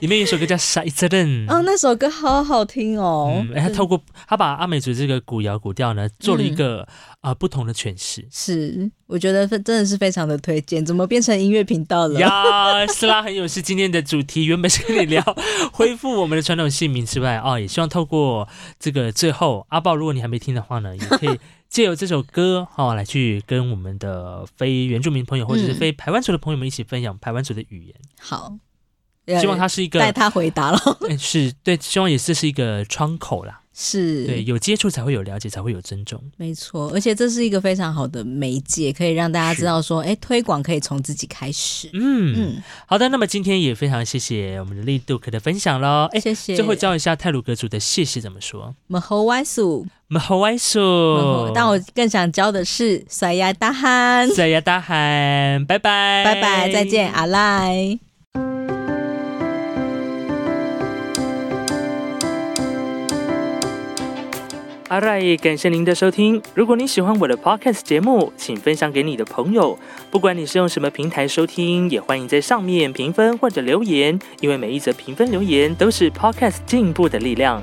[SPEAKER 1] 里面有一首歌叫《沙伊泽任》。
[SPEAKER 2] 哦，那首歌好好听哦。
[SPEAKER 1] 嗯，哎，他透过他把阿美族这个古谣古调呢，做了一
[SPEAKER 2] 嗯
[SPEAKER 1] 个啊、呃不同的诠释。
[SPEAKER 2] 是，我觉得非真的是非常的推荐。怎么变成音乐频道了？
[SPEAKER 1] 呀，斯拉很有是今天的主题，原本是跟你聊恢复我们的传统姓名之外啊、也希望透过这个最后阿豹，如果你还没听的话呢，也可 以借由这首歌哈、来去跟我们的非原住民朋友或者是
[SPEAKER 2] 嗯
[SPEAKER 1] 非台湾族的朋友们一起分享台湾族的语言，
[SPEAKER 2] 好，
[SPEAKER 1] 希望
[SPEAKER 2] 呃
[SPEAKER 1] 它是一个
[SPEAKER 2] 带他回 答了。
[SPEAKER 1] 嗯是对，希望也是是一个窗口啦，
[SPEAKER 2] 是，
[SPEAKER 1] 对，有接触才会有了解，才会有尊重，
[SPEAKER 2] 没错。而且这是一个非常好的媒介，可以让大家
[SPEAKER 1] 是
[SPEAKER 2] 知道说，哎，推广可以从自己开始。
[SPEAKER 1] 嗯，
[SPEAKER 2] 嗯，
[SPEAKER 1] 好的，那么今天也非常谢谢我们的力度可的分享喽，哎，
[SPEAKER 2] 谢谢。
[SPEAKER 1] 最后教一下泰鲁格族的谢谢怎么说。
[SPEAKER 2] m a h o w a i s u
[SPEAKER 1] 唔好威数，
[SPEAKER 2] 但我更想教的是甩牙大汉。
[SPEAKER 1] 再呀大喊，拜拜，
[SPEAKER 2] 拜拜，再见，阿赖。
[SPEAKER 1] 阿瑞，感谢您的收听。如果你喜欢我的 podcast 节目，请分享给你的朋友。不管你是用什么平台收听，也欢迎在上面评分或者留言，因为每一则评分留言都是 podcast 进步的力量。